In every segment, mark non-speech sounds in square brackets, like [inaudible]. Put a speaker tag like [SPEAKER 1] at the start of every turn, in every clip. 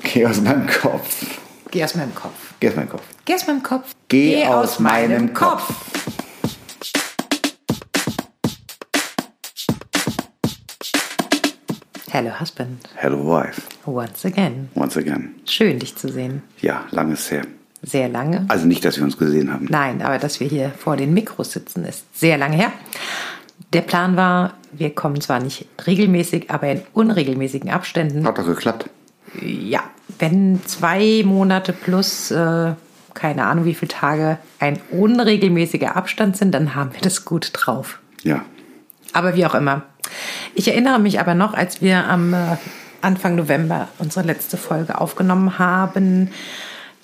[SPEAKER 1] Geh aus meinem Kopf.
[SPEAKER 2] Geh aus meinem Kopf.
[SPEAKER 1] Geh aus meinem Kopf.
[SPEAKER 2] Geh aus meinem Kopf.
[SPEAKER 1] Geh aus meinem Kopf.
[SPEAKER 2] Hello, Husband.
[SPEAKER 1] Hello Wife.
[SPEAKER 2] Once again.
[SPEAKER 1] Once again.
[SPEAKER 2] Schön, dich zu sehen.
[SPEAKER 1] Ja, lang ist her.
[SPEAKER 2] Sehr lange.
[SPEAKER 1] Also nicht, dass wir uns gesehen haben.
[SPEAKER 2] Nein, aber dass wir hier vor den Mikros sitzen, ist sehr lange her. Der Plan war, wir kommen zwar nicht regelmäßig, aber in unregelmäßigen Abständen.
[SPEAKER 1] Hat doch geklappt.
[SPEAKER 2] Ja, wenn zwei Monate plus, äh, keine Ahnung wie viele Tage, ein unregelmäßiger Abstand sind, dann haben wir das gut drauf.
[SPEAKER 1] Ja.
[SPEAKER 2] Aber wie auch immer. Ich erinnere mich aber noch, als wir am äh, Anfang November unsere letzte Folge aufgenommen haben.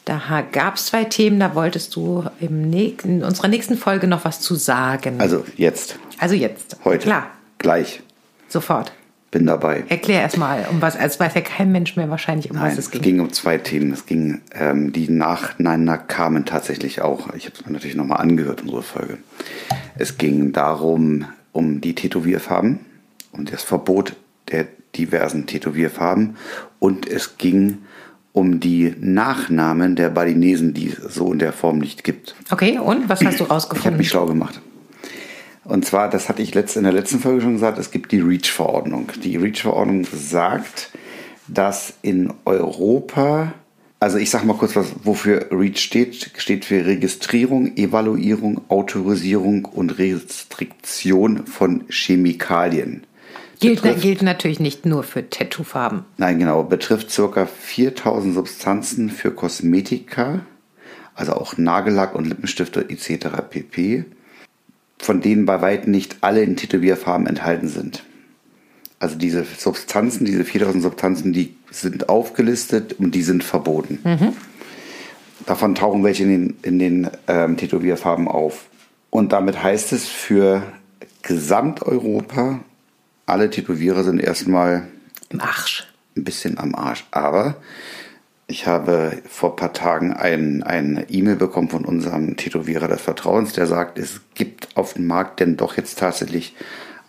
[SPEAKER 2] Da gab es zwei Themen, da wolltest du im näch- in unserer nächsten Folge noch was zu sagen. Also,
[SPEAKER 1] Also jetzt,
[SPEAKER 2] jetzt.
[SPEAKER 1] heute.
[SPEAKER 2] Klar,
[SPEAKER 1] Gleich.
[SPEAKER 2] sofort.
[SPEAKER 1] Bin dabei.
[SPEAKER 2] Erklär erstmal, um was. Also, es weiß ja kein Mensch mehr wahrscheinlich, um
[SPEAKER 1] Nein,
[SPEAKER 2] was es ging.
[SPEAKER 1] um zwei Themen. Es ging, ähm, die nacheinander kamen tatsächlich auch. Ich habe es mir natürlich nochmal angehört, unsere Folge. Es ging darum, um die Tätowierfarben und das Verbot der diversen Tätowierfarben. Und es ging um die Nachnamen der Balinesen, die es so in der Form nicht gibt.
[SPEAKER 2] Okay, und was hast du
[SPEAKER 1] Ich habe
[SPEAKER 2] rausgefunden?
[SPEAKER 1] mich schlau gemacht. Und zwar, das hatte ich letzt, in der letzten Folge schon gesagt, es gibt die REACH-Verordnung. Die REACH-Verordnung sagt, dass in Europa, also ich sage mal kurz, was, wofür REACH steht, steht für Registrierung, Evaluierung, Autorisierung und Restriktion von Chemikalien.
[SPEAKER 2] gilt,
[SPEAKER 1] betrifft-
[SPEAKER 2] gilt natürlich nicht nur für Tattoofarben.
[SPEAKER 1] Nein, genau. Betrifft circa 4000 Substanzen für Kosmetika, also auch Nagellack und Lippenstifte etc. pp., von denen bei weitem nicht alle in Tätowierfarben enthalten sind. Also diese Substanzen, diese 4000 Substanzen, die sind aufgelistet und die sind verboten. Davon tauchen welche in den, in den ähm, Tätowierfarben auf. Und damit heißt es für Gesamteuropa, alle Tätowierer sind erstmal
[SPEAKER 2] Im Arsch.
[SPEAKER 1] ein bisschen am Arsch. Aber ich habe vor ein paar Tagen ein, eine E-Mail bekommen von unserem Tätowierer des Vertrauens, der sagt, es gibt auf dem Markt denn doch jetzt tatsächlich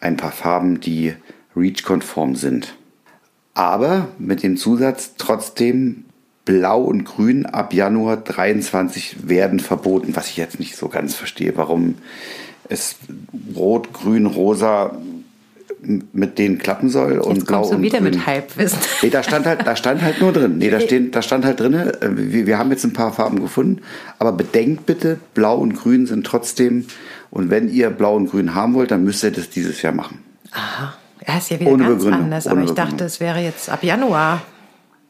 [SPEAKER 1] ein paar Farben, die REACH-konform sind. Aber mit dem Zusatz trotzdem Blau und Grün ab Januar 23 werden verboten, was ich jetzt nicht so ganz verstehe, warum es Rot, Grün, Rosa m- mit denen klappen soll und
[SPEAKER 2] Jetzt
[SPEAKER 1] Blau
[SPEAKER 2] kommst du
[SPEAKER 1] und
[SPEAKER 2] wieder
[SPEAKER 1] Grün.
[SPEAKER 2] mit Halbwissen.
[SPEAKER 1] Nee, da stand
[SPEAKER 2] [laughs]
[SPEAKER 1] halt, da stand halt nur drin. Nee, da, stehen, da stand halt drin, äh, wir, wir haben jetzt ein paar Farben gefunden, aber bedenkt bitte, Blau und Grün sind trotzdem, und wenn ihr Blau und Grün haben wollt, dann müsst ihr das dieses Jahr machen.
[SPEAKER 2] Aha. Das ist ja wieder
[SPEAKER 1] Ohne
[SPEAKER 2] ganz
[SPEAKER 1] Begründung,
[SPEAKER 2] anders.
[SPEAKER 1] ohne
[SPEAKER 2] Aber ich dachte,
[SPEAKER 1] Begründung.
[SPEAKER 2] es wäre jetzt ab Januar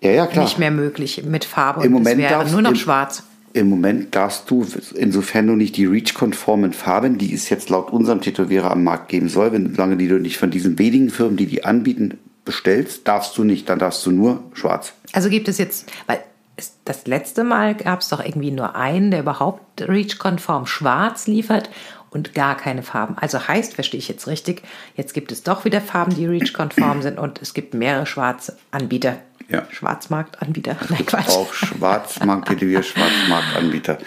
[SPEAKER 1] Ja, ja, klar.
[SPEAKER 2] nicht mehr möglich mit Farbe.
[SPEAKER 1] Im
[SPEAKER 2] Und
[SPEAKER 1] Moment
[SPEAKER 2] es wäre
[SPEAKER 1] darfst-
[SPEAKER 2] nur noch
[SPEAKER 1] im-
[SPEAKER 2] schwarz.
[SPEAKER 1] Im Moment darfst du, insofern du nicht die REACH-konformen Farben, die es jetzt laut unserem Tätowierer am Markt geben soll, wenn, solange die du nicht von diesen wenigen Firmen, die die anbieten, bestellst, darfst du nicht, dann darfst du nur schwarz.
[SPEAKER 2] Also gibt es jetzt, weil es, das letzte Mal gab es doch irgendwie nur einen, der überhaupt REACH-konform schwarz liefert und gar keine Farben. Also heißt, verstehe ich jetzt richtig, jetzt gibt es doch wieder Farben, die REACH-konform sind und es gibt mehrere schwarze Anbieter.
[SPEAKER 1] Ja.
[SPEAKER 2] Schwarzmarktanbieter. [laughs] Nein, Quatsch.
[SPEAKER 1] Auch Schwarzmarkt-Tätowierer, Schwarzmarktanbieter.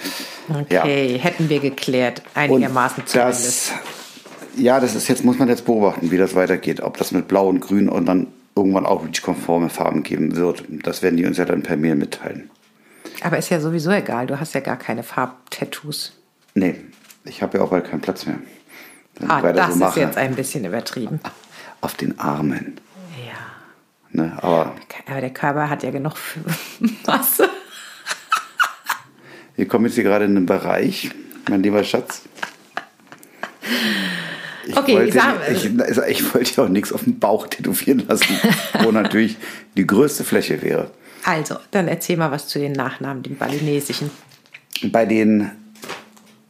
[SPEAKER 2] [laughs] Okay, hätten wir geklärt,
[SPEAKER 1] Und
[SPEAKER 2] einigermaßen zumindest.
[SPEAKER 1] das, ja, das ist jetzt, muss man jetzt beobachten, wie das weitergeht. Ob das mit Blau und Grün und dann irgendwann auch REACH-konforme Farben geben wird. Das werden die uns ja dann per Mail mitteilen.
[SPEAKER 2] Aber ist ja sowieso egal, du hast ja gar keine Farbtattoos.
[SPEAKER 1] Nee, ich habe ja auch bald keinen Platz mehr. Wenn
[SPEAKER 2] Ah,
[SPEAKER 1] ich weiter
[SPEAKER 2] das
[SPEAKER 1] so
[SPEAKER 2] ist
[SPEAKER 1] mache,
[SPEAKER 2] jetzt ein
[SPEAKER 1] [laughs]
[SPEAKER 2] bisschen übertrieben.
[SPEAKER 1] auf den Armen.
[SPEAKER 2] Ja.
[SPEAKER 1] Ne? Aber
[SPEAKER 2] Aber der Körper hat ja genug [laughs] Masse.
[SPEAKER 1] wir kommen jetzt hier gerade in einen Bereich, mein lieber Schatz. Ich
[SPEAKER 2] Okay,
[SPEAKER 1] wollte,
[SPEAKER 2] sag-
[SPEAKER 1] ich, ich wollte ja auch nichts auf den Bauch tätowieren lassen,
[SPEAKER 2] [laughs]
[SPEAKER 1] wo natürlich die größte Fläche wäre.
[SPEAKER 2] Also, dann erzähl mal was zu den Nachnamen, den balinesischen.
[SPEAKER 1] Bei den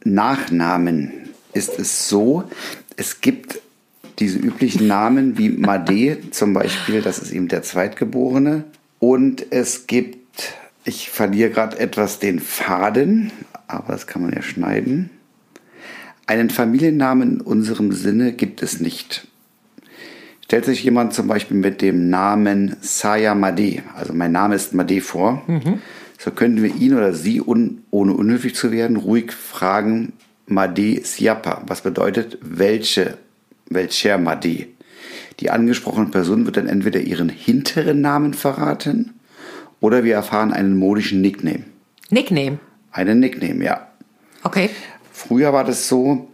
[SPEAKER 1] Nachnamen ist es so, es gibt diese üblichen Namen wie Made zum Beispiel, das ist eben der Zweitgeborene. Und es gibt, ich verliere gerade etwas den Faden, aber das kann man ja schneiden. Einen Familiennamen in unserem Sinne gibt es nicht. Stellt sich jemand zum Beispiel mit dem Namen Saya Made, also mein Name ist Made vor, so könnten wir ihn oder sie, un, ohne unhöflich zu werden, ruhig fragen, Made Siapa, was bedeutet welche, welcher Made. Die angesprochene Person wird dann entweder ihren hinteren Namen verraten Oder wir erfahren einen modischen Nickname.
[SPEAKER 2] Nickname.
[SPEAKER 1] Einen Nickname, ja.
[SPEAKER 2] Okay.
[SPEAKER 1] Früher war das so,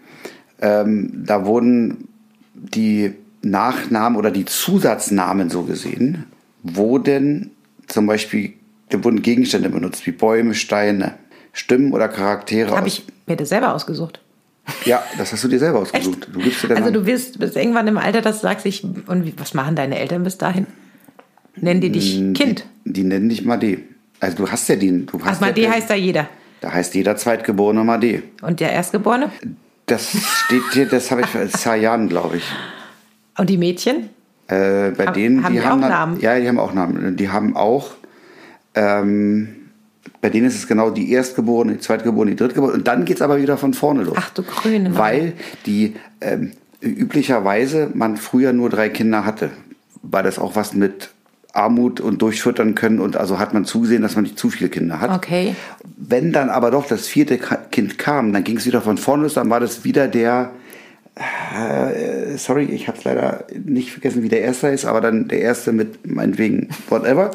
[SPEAKER 1] ähm, da wurden die Nachnamen oder die Zusatznamen so gesehen, wurden zum Beispiel, da wurden Gegenstände benutzt, wie Bäume, Steine, Stimmen oder Charaktere.
[SPEAKER 2] Habe
[SPEAKER 1] aus-
[SPEAKER 2] ich mir das selber ausgesucht.
[SPEAKER 1] Ja, das hast du dir selber ausgesucht. Du gibst dir dann
[SPEAKER 2] Also du wirst bis irgendwann im Alter, dass du sagst, ich, und wie- was machen deine Eltern bis dahin? Nennen die dich Kind.
[SPEAKER 1] Die, die nennen dich Made. Also du hast ja den. Du hast
[SPEAKER 2] Also mal D
[SPEAKER 1] ja,
[SPEAKER 2] heißt da jeder.
[SPEAKER 1] Da heißt jeder Zweitgeborene Made.
[SPEAKER 2] Und der Erstgeborene?
[SPEAKER 1] Das steht hier, das habe ich
[SPEAKER 2] [laughs]
[SPEAKER 1] vor zwei Jahren, glaube ich.
[SPEAKER 2] Und die Mädchen?
[SPEAKER 1] Äh, bei
[SPEAKER 2] Haben-
[SPEAKER 1] denen,
[SPEAKER 2] haben
[SPEAKER 1] die,
[SPEAKER 2] die
[SPEAKER 1] haben
[SPEAKER 2] auch
[SPEAKER 1] na-
[SPEAKER 2] Namen?
[SPEAKER 1] Ja, die haben auch Namen. Die haben auch. Ähm, bei denen ist es genau die Erstgeborene, die Zweitgeborene, die Drittgeborene. Und dann geht es aber wieder von vorne los.
[SPEAKER 2] Ach du grüne Neune.
[SPEAKER 1] Weil die ähm, üblicherweise man früher nur drei Kinder hatte. War das auch was mit Armut und durchfüttern können und also hat man zugesehen, dass man nicht zu viele Kinder hat.
[SPEAKER 2] Okay.
[SPEAKER 1] Wenn dann aber doch das vierte Ka- Kind kam, dann ging es wieder von vorne los, dann war das wieder der, äh, sorry, ich habe es leider nicht vergessen, wie der erste ist, aber dann der erste mit meinetwegen whatever.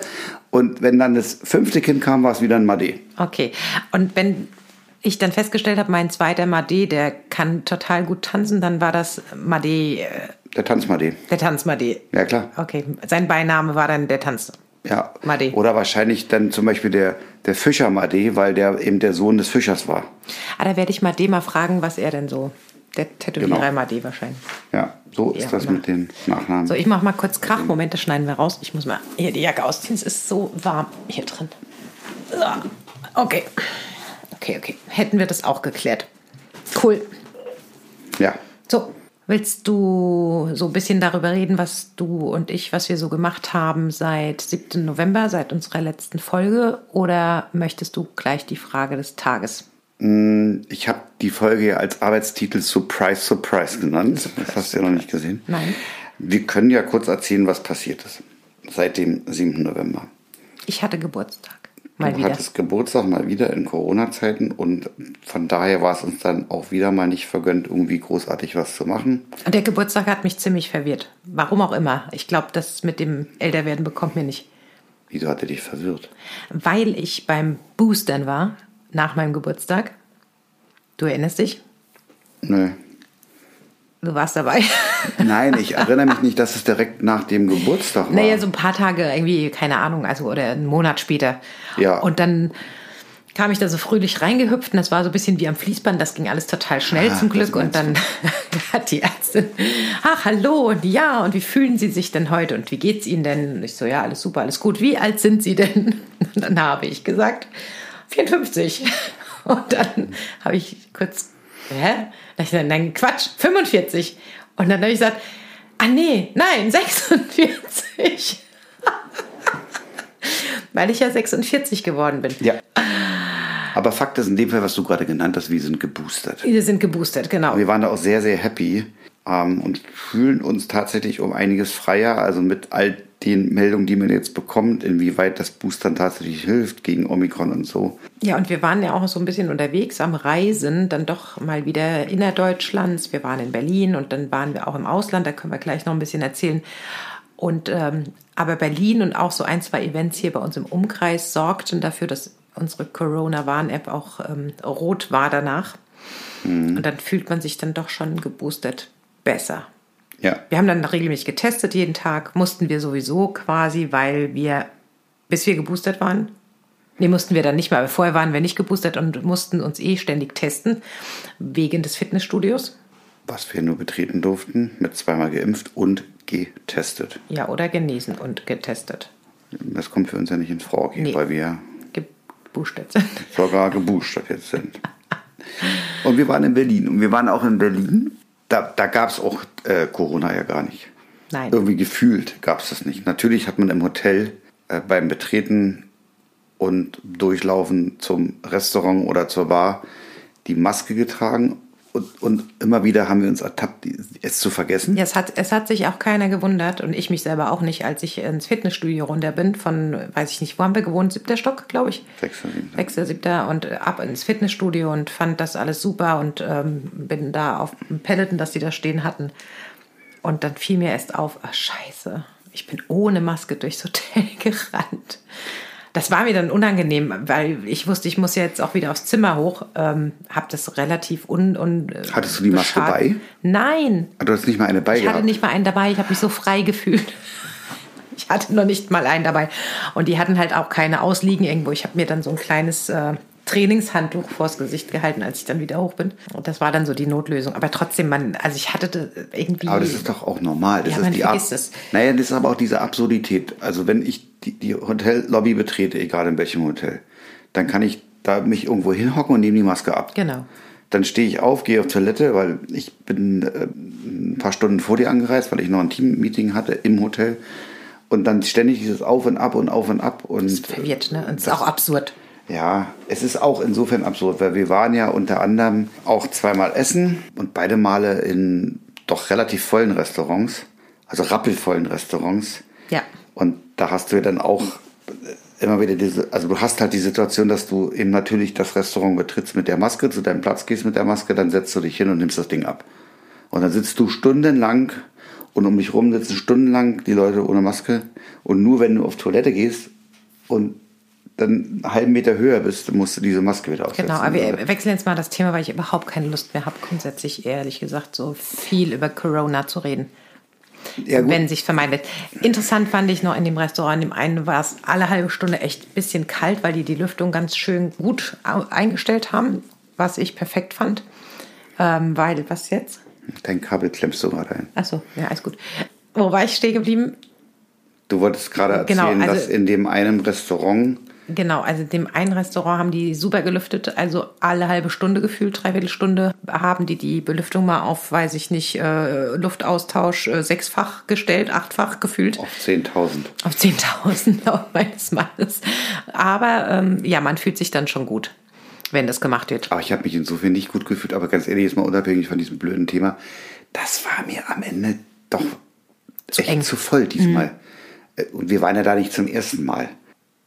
[SPEAKER 1] Und wenn dann das fünfte Kind kam, war es wieder ein Made.
[SPEAKER 2] Okay. Und wenn ich dann festgestellt habe, mein zweiter Made, der kann total gut tanzen, dann war das Made, äh,
[SPEAKER 1] Der Tanzmade.
[SPEAKER 2] der Tanz-Made.
[SPEAKER 1] Ja, klar.
[SPEAKER 2] Okay. Sein Beiname war dann der Tanz.
[SPEAKER 1] Ja.
[SPEAKER 2] Made.
[SPEAKER 1] Oder wahrscheinlich dann zum Beispiel der, der Fischer Made, weil der eben der Sohn des Fischers war.
[SPEAKER 2] Ah, da werde ich Made mal fragen, was er denn so. Der Tätowierer
[SPEAKER 1] Genau.
[SPEAKER 2] Made wahrscheinlich.
[SPEAKER 1] Ja, so ist
[SPEAKER 2] Ja,
[SPEAKER 1] das
[SPEAKER 2] oder?
[SPEAKER 1] mit den Nachnamen.
[SPEAKER 2] So, ich mache mal kurz Krach. Moment, das schneiden wir raus. Ich muss mal hier die Jacke ausziehen. Es ist so warm hier drin. So, okay. Okay, okay. Hätten wir das auch geklärt. Cool.
[SPEAKER 1] ja.
[SPEAKER 2] So, willst du so ein bisschen darüber reden, was du und ich, was wir so gemacht haben seit 7. November, seit unserer letzten Folge? Oder möchtest du gleich die Frage des Tages?
[SPEAKER 1] Ich habe die Folge ja als Arbeitstitel Surprise, Surprise genannt. Das hast du ja noch nicht gesehen.
[SPEAKER 2] Nein.
[SPEAKER 1] Wir können ja kurz erzählen, was passiert ist seit dem 7. November.
[SPEAKER 2] Ich hatte Geburtstag. Mal
[SPEAKER 1] du
[SPEAKER 2] wieder.
[SPEAKER 1] hattest Geburtstag mal wieder in Corona-Zeiten und von daher war es uns dann auch wieder mal nicht vergönnt, irgendwie großartig was zu machen.
[SPEAKER 2] Und der Geburtstag hat mich ziemlich verwirrt. Warum auch immer. Ich glaube, das mit dem Älterwerden bekommt mir nicht.
[SPEAKER 1] Wieso hat er dich verwirrt?
[SPEAKER 2] Weil ich beim Boostern war, nach meinem Geburtstag. Du erinnerst dich?
[SPEAKER 1] Nö.
[SPEAKER 2] Du warst dabei. [laughs]
[SPEAKER 1] Nein, ich erinnere mich nicht, dass es direkt nach dem Geburtstag war.
[SPEAKER 2] naja, so ein paar Tage irgendwie, keine Ahnung, also oder einen Monat später.
[SPEAKER 1] Ja.
[SPEAKER 2] Und dann kam ich da so fröhlich reingehüpft und das war so ein bisschen wie am Fließband. Das ging alles total schnell
[SPEAKER 1] Ah,
[SPEAKER 2] zum
[SPEAKER 1] das
[SPEAKER 2] Glück. Und
[SPEAKER 1] meinst
[SPEAKER 2] dann [laughs] hat die Ärztin, ach, hallo und ja, und wie fühlen Sie sich denn heute und wie geht's Ihnen denn? Und ich so, ja, alles super, alles gut. Wie alt sind Sie denn? [laughs] Und dann habe ich gesagt, 54. [laughs] Und dann habe ich kurz, hä? Dann hab ich gesagt, nein, Quatsch, 45. Und dann habe ich gesagt, ah nee, nein, 46. [laughs] Weil ich ja 46 geworden bin.
[SPEAKER 1] ja. Aber Fakt ist in dem Fall, was du gerade genannt hast, wir sind geboostert.
[SPEAKER 2] Wir sind geboostert, genau.
[SPEAKER 1] Wir waren da auch sehr, sehr happy ähm, und fühlen uns tatsächlich um einiges freier. Also mit all den Meldungen, die man jetzt bekommt, inwieweit das Boostern tatsächlich hilft gegen Omikron und so.
[SPEAKER 2] Ja, und wir waren ja auch so ein bisschen unterwegs am Reisen, dann doch mal wieder innerdeutschlands. Wir waren in Berlin und dann waren wir auch im Ausland, da können wir gleich noch ein bisschen erzählen. Und ähm, aber Berlin und auch so ein, zwei Events hier bei uns im Umkreis sorgten dafür, dass unsere Corona-Warn-App auch ähm, rot war danach. Und dann fühlt man sich dann doch schon geboostert besser.
[SPEAKER 1] Ja,
[SPEAKER 2] Wir haben dann regelmäßig getestet jeden Tag, mussten wir sowieso quasi, weil wir, bis wir geboostert waren, nee, mussten wir dann nicht mehr, aber vorher waren wir nicht geboostert und mussten uns eh ständig testen, wegen des Fitnessstudios.
[SPEAKER 1] was wir nur betreten durften, mit zweimal geimpft und getestet.
[SPEAKER 2] Ja, oder genesen und getestet.
[SPEAKER 1] Das kommt für uns ja nicht in Frage,
[SPEAKER 2] Nee.
[SPEAKER 1] weil wir
[SPEAKER 2] Geboostert [laughs] sind.
[SPEAKER 1] sogar geboostert jetzt sind. Und wir waren in Berlin. Und wir waren auch in Berlin. Da, da gab es auch äh, Corona ja gar nicht.
[SPEAKER 2] Nein.
[SPEAKER 1] Irgendwie gefühlt gab es das nicht. Natürlich hat man im Hotel äh, beim Betreten und Durchlaufen zum Restaurant oder zur Bar die Maske getragen. Und, und immer wieder haben wir uns ertappt, die- es zu vergessen.
[SPEAKER 2] Ja, es hat, es hat sich auch keiner gewundert und ich mich selber auch nicht, als ich ins Fitnessstudio runter bin von, weiß ich nicht, wo haben wir gewohnt, siebter Stock, glaube ich.
[SPEAKER 1] Sechster, siebter.
[SPEAKER 2] Sechster, siebter und ab ins Fitnessstudio und fand das alles super und ähm, bin da auf dem Peloton, das die da stehen hatten. Und dann ah, fiel mir erst auf, ach scheiße, ich bin ohne Maske durchs Hotel [laughs] gerannt. Das war mir dann unangenehm, weil ich wusste, ich muss jetzt auch wieder aufs Zimmer hoch. Ähm, habe das relativ un... un äh,
[SPEAKER 1] Hattest du die Maske bei?
[SPEAKER 2] beschadet. Nein,
[SPEAKER 1] Ah, Du hast nicht mal eine bei
[SPEAKER 2] ich hatte
[SPEAKER 1] gehabt.
[SPEAKER 2] nicht mal einen dabei, ich habe mich so frei gefühlt. [laughs] Ich hatte noch nicht mal einen dabei. Und die hatten halt auch keine Ausliegen irgendwo. Ich habe mir dann so ein kleines äh, Trainingshandtuch vors Gesicht gehalten, als ich dann wieder hoch bin. Und das war dann so die Notlösung. Aber trotzdem, man, also ich hatte da irgendwie.
[SPEAKER 1] Aber das ist doch auch normal. Das
[SPEAKER 2] Ja,
[SPEAKER 1] ist
[SPEAKER 2] man
[SPEAKER 1] die Ab
[SPEAKER 2] vergisst es.
[SPEAKER 1] Naja, das ist aber auch diese Absurdität. Also wenn ich die, die Hotellobby betrete, egal in welchem Hotel, dann kann ich da mich irgendwo hinhocken und nehme die Maske ab.
[SPEAKER 2] Genau.
[SPEAKER 1] Dann stehe ich auf, gehe auf Toilette, weil ich bin äh, ein paar Stunden vor dir angereist, weil ich noch ein Teammeeting hatte im Hotel. Und dann ständig dieses Auf und Ab und Auf und Ab. Und
[SPEAKER 2] verwirrt, ne? Und es ist auch absurd.
[SPEAKER 1] ja, es ist auch insofern absurd, weil wir waren ja unter anderem auch zweimal essen und beide Male in doch relativ vollen Restaurants, also rappelvollen Restaurants.
[SPEAKER 2] Ja.
[SPEAKER 1] Und da hast du ja dann auch immer wieder diese, also du hast halt die Situation, dass du eben natürlich das Restaurant betrittst mit der Maske, zu deinem Platz gehst mit der Maske, dann setzt du dich hin und nimmst das Ding ab. Und dann sitzt du stundenlang und um dich rum sitzen stundenlang die Leute ohne Maske. Und nur wenn du auf Toilette gehst und dann einen halben Meter höher bist, musst du diese Maske wieder aufsetzen.
[SPEAKER 2] Genau, aber
[SPEAKER 1] Also,
[SPEAKER 2] wir wechseln jetzt mal das Thema, weil ich überhaupt keine Lust mehr habe, grundsätzlich ehrlich gesagt, so viel über Corona zu reden.
[SPEAKER 1] ja, gut.
[SPEAKER 2] wenn sich vermeidet. Interessant fand ich noch in dem Restaurant, in dem einen war es alle halbe Stunde echt ein bisschen kalt, weil die die Lüftung ganz schön gut au- eingestellt haben, was ich perfekt fand. Ähm, weil, was jetzt?
[SPEAKER 1] Dein Kabel klemmst du gerade ein.
[SPEAKER 2] Achso, ja, alles gut. Wo war ich stehen geblieben?
[SPEAKER 1] Du wolltest gerade erzählen,
[SPEAKER 2] Genau, also-
[SPEAKER 1] dass in dem einen Restaurant
[SPEAKER 2] Genau, also dem einen Restaurant haben die super gelüftet, also alle halbe Stunde gefühlt, dreiviertel Stunde haben die die Belüftung mal auf, weiß ich nicht, äh, Luftaustausch äh, sechsfach gestellt, achtfach gefühlt.
[SPEAKER 1] auf 10.000.
[SPEAKER 2] auf [laughs] 10.000 laut meines Mannes. Aber ähm, ja, man fühlt sich dann schon gut, wenn das gemacht wird.
[SPEAKER 1] Aber Ah, ich habe mich insofern nicht gut gefühlt, aber ganz ehrlich, jetzt mal unabhängig von diesem blöden Thema, das war mir am Ende doch zu echt
[SPEAKER 2] eng.
[SPEAKER 1] zu voll diesmal. Äh, Und wir waren ja da nicht zum ersten Mal.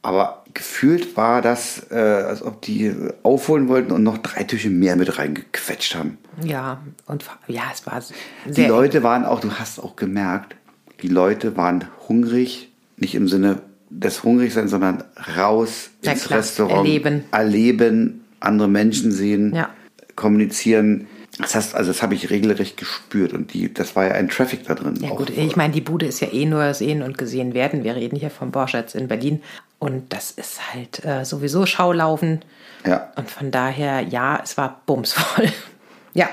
[SPEAKER 1] Aber gefühlt war das, äh, als ob die aufholen wollten und noch drei Tische mehr mit reingequetscht haben.
[SPEAKER 2] Ja, und fa- ja, es war sehr.
[SPEAKER 1] Die Leute waren auch, du hast auch gemerkt, die Leute waren hungrig, nicht im Sinne des Hungrigseins, sondern raus
[SPEAKER 2] Na
[SPEAKER 1] ins
[SPEAKER 2] klar,
[SPEAKER 1] Restaurant.
[SPEAKER 2] erleben.
[SPEAKER 1] Erleben, andere Menschen sehen,
[SPEAKER 2] Ja.
[SPEAKER 1] kommunizieren. Das heißt, also das habe ich regelrecht gespürt und die, das war ja ein Traffic da drin.
[SPEAKER 2] Ja
[SPEAKER 1] auch.
[SPEAKER 2] gut, ich meine, die Bude ist ja eh nur sehen und gesehen werden. Wir reden hier vom Borschatz in Berlin und das ist halt äh, sowieso Schaulaufen.
[SPEAKER 1] Ja.
[SPEAKER 2] Und von daher, ja, es war bumsvoll. [laughs] ja,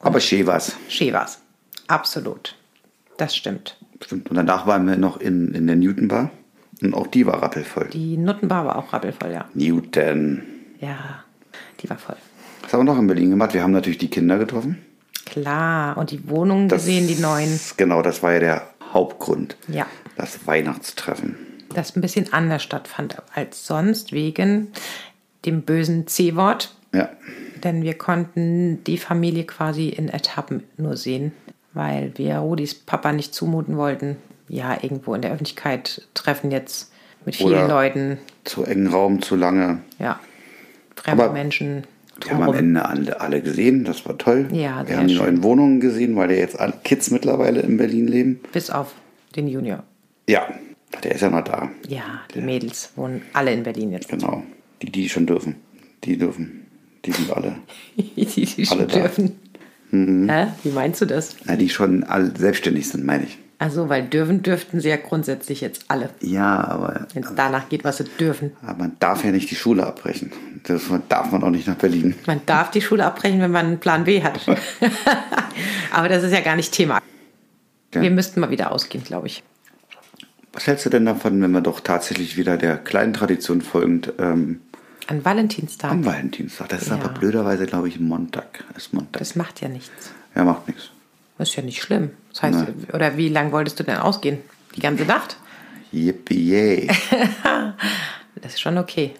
[SPEAKER 1] Aber schön war's.
[SPEAKER 2] schön war's. Absolut. Das stimmt.
[SPEAKER 1] Stimmt. Und danach waren wir noch in, in der Newton Bar und auch die war rappelvoll.
[SPEAKER 2] Die Nuttenbar war auch rappelvoll, ja.
[SPEAKER 1] Newton.
[SPEAKER 2] Ja, die war voll.
[SPEAKER 1] Was haben wir noch in Berlin gemacht? Wir haben natürlich die Kinder getroffen.
[SPEAKER 2] Klar, und die Wohnungen gesehen, die neuen.
[SPEAKER 1] Genau, das war ja der Hauptgrund.
[SPEAKER 2] Ja.
[SPEAKER 1] Das Weihnachtstreffen.
[SPEAKER 2] Das ein bisschen anders stattfand als sonst, wegen dem bösen C-Wort.
[SPEAKER 1] Ja.
[SPEAKER 2] Denn wir konnten die Familie quasi in Etappen nur sehen, weil wir Rudis Papa nicht zumuten wollten. Ja, irgendwo in der Öffentlichkeit treffen jetzt mit vielen
[SPEAKER 1] Oder-
[SPEAKER 2] Leuten,
[SPEAKER 1] Zu engen Raum, zu lange.
[SPEAKER 2] ja, fremde
[SPEAKER 1] Aber-
[SPEAKER 2] Menschen.
[SPEAKER 1] Wir haben am Ende alle, alle gesehen, das war toll.
[SPEAKER 2] Ja,
[SPEAKER 1] wir
[SPEAKER 2] sehr
[SPEAKER 1] haben die
[SPEAKER 2] schön.
[SPEAKER 1] neuen Wohnungen gesehen, weil ja jetzt alle Kids mittlerweile in Berlin leben.
[SPEAKER 2] Bis auf den Junior.
[SPEAKER 1] Ja, der ist ja noch da.
[SPEAKER 2] Ja, die Mädels wohnen alle in Berlin jetzt. [laughs]
[SPEAKER 1] Genau. Die, die schon dürfen. Die dürfen. Die sind alle.
[SPEAKER 2] die, die schon
[SPEAKER 1] Alle da. Mhm.
[SPEAKER 2] dürfen. Hä? Wie meinst du das?
[SPEAKER 1] Na, die schon alle selbstständig sind, meine ich.
[SPEAKER 2] Also, weil dürfen dürften sie ja grundsätzlich jetzt alle.
[SPEAKER 1] Ja, aber,
[SPEAKER 2] Wenn es danach geht, was sie dürfen.
[SPEAKER 1] aber man darf ja nicht die Schule abbrechen. Das darf man auch nicht nach Berlin.
[SPEAKER 2] Man darf die Schule abbrechen, wenn man einen Plan
[SPEAKER 1] [laughs]
[SPEAKER 2] B hat. Aber das ist ja gar nicht Thema.
[SPEAKER 1] Ja.
[SPEAKER 2] Wir müssten mal wieder ausgehen, glaube ich.
[SPEAKER 1] Was hältst du denn davon, wenn wir doch tatsächlich wieder der kleinen Tradition folgend ähm,
[SPEAKER 2] An Valentinstag.
[SPEAKER 1] am Valentinstag, das ist
[SPEAKER 2] Ja.
[SPEAKER 1] aber blöderweise, glaube ich, Montag. Ist Montag.
[SPEAKER 2] Das macht ja nichts.
[SPEAKER 1] ja, macht nichts.
[SPEAKER 2] Das ist ja nicht schlimm. Das heißt, oder wie lange wolltest du denn ausgehen? Die ganze Nacht? [laughs]
[SPEAKER 1] Yippie.
[SPEAKER 2] Das ist schon okay.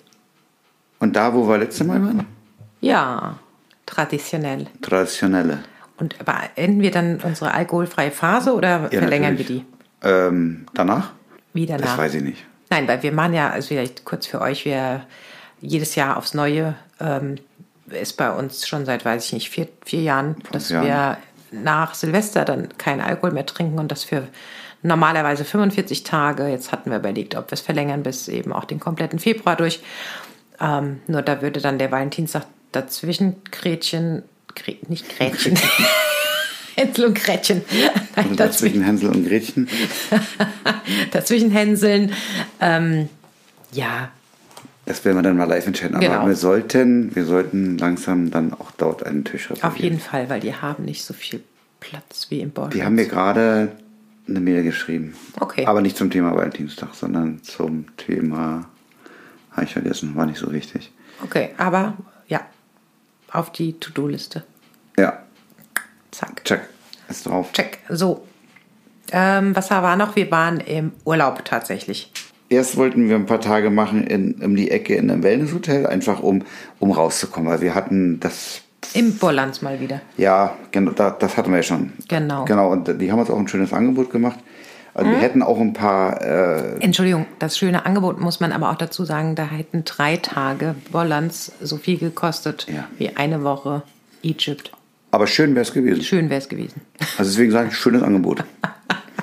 [SPEAKER 1] Und da, wo wir letzte Mal waren?
[SPEAKER 2] Ja, traditionell.
[SPEAKER 1] Traditionelle.
[SPEAKER 2] Und beenden wir dann unsere alkoholfreie Phase oder
[SPEAKER 1] Ja,
[SPEAKER 2] verlängern wir
[SPEAKER 1] natürlich.
[SPEAKER 2] die?
[SPEAKER 1] Ähm, danach?
[SPEAKER 2] Wieder
[SPEAKER 1] Das weiß ich
[SPEAKER 2] [laughs]
[SPEAKER 1] nicht.
[SPEAKER 2] Nein, weil wir machen ja, also vielleicht kurz für euch, wir jedes Jahr aufs Neue ähm, ist bei uns schon seit, weiß ich nicht, vier, vier Jahren, dass
[SPEAKER 1] Jahren.
[SPEAKER 2] wir nach Silvester dann keinen Alkohol mehr trinken und das für normalerweise 45 Tage. Jetzt hatten wir überlegt, ob wir es verlängern bis eben auch den kompletten Februar durch. Ähm, nur da würde dann der Valentinstag dazwischen Gretchen, Gre nicht Gretchen, Hänsel und Gretchen. Nein,
[SPEAKER 1] Also dazwischen Hänsel und Gretchen.
[SPEAKER 2] dazwischen Hänseln. Ähm, ja,
[SPEAKER 1] Das werden wir dann mal live entscheiden. Aber
[SPEAKER 2] Genau.
[SPEAKER 1] wir sollten, wir sollten langsam dann auch dort einen Tisch reservieren.
[SPEAKER 2] auf jeden Fall, weil die haben nicht so viel Platz wie im Bord.
[SPEAKER 1] Die haben mir gerade eine Mail geschrieben.
[SPEAKER 2] Okay.
[SPEAKER 1] Aber nicht zum Thema Valentinstag, sondern zum Thema. Habe ich vergessen, war nicht so wichtig.
[SPEAKER 2] Okay, aber ja, auf die To-Do-Liste.
[SPEAKER 1] Ja,
[SPEAKER 2] Zack.
[SPEAKER 1] check. Ist drauf.
[SPEAKER 2] Check. So. Ähm, was war noch? Wir waren im Urlaub tatsächlich.
[SPEAKER 1] Erst wollten wir ein paar Tage machen in, um die Ecke in einem Wellnesshotel, einfach um, um rauszukommen, weil wir hatten das.
[SPEAKER 2] Im Bollands mal wieder.
[SPEAKER 1] Ja, genau, da, das hatten wir ja schon.
[SPEAKER 2] Genau. Mhm.
[SPEAKER 1] Genau, und die haben uns auch ein schönes Angebot gemacht. Also wir hätten auch ein paar äh,
[SPEAKER 2] Entschuldigung, das schöne Angebot muss man aber auch dazu sagen, da hätten drei Tage Bollands so viel gekostet
[SPEAKER 1] Ja.
[SPEAKER 2] wie eine Woche Egypt.
[SPEAKER 1] Aber schön wäre es
[SPEAKER 2] [laughs]
[SPEAKER 1] gewesen.
[SPEAKER 2] Schön wäre es gewesen.
[SPEAKER 1] Also deswegen sage ich, schönes Angebot.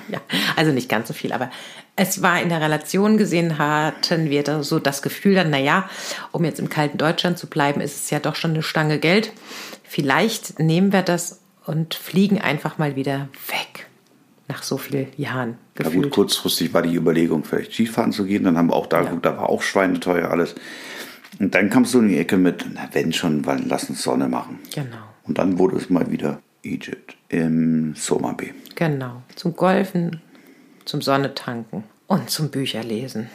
[SPEAKER 2] ja, also nicht ganz so viel, aber es war in der Relation gesehen, hatten wir da so das Gefühl dann, naja, um jetzt im kalten Deutschland zu bleiben, ist es ja doch schon eine Stange Geld. Vielleicht nehmen wir das und fliegen einfach mal wieder weg. Nach so vielen Jahren
[SPEAKER 1] Na gut,
[SPEAKER 2] gefühlt.
[SPEAKER 1] kurzfristig war die Überlegung, vielleicht Skifahren zu gehen. Dann haben wir auch da geguckt, da war auch schweineteuer alles. Und dann kamst du in die Ecke mit, na wenn schon, wann, lass uns Sonne machen.
[SPEAKER 2] Genau,
[SPEAKER 1] Und dann wurde es mal wieder Egypt im Soma B.
[SPEAKER 2] genau. Zum Golfen, zum Sonnetanken und zum Bücherlesen.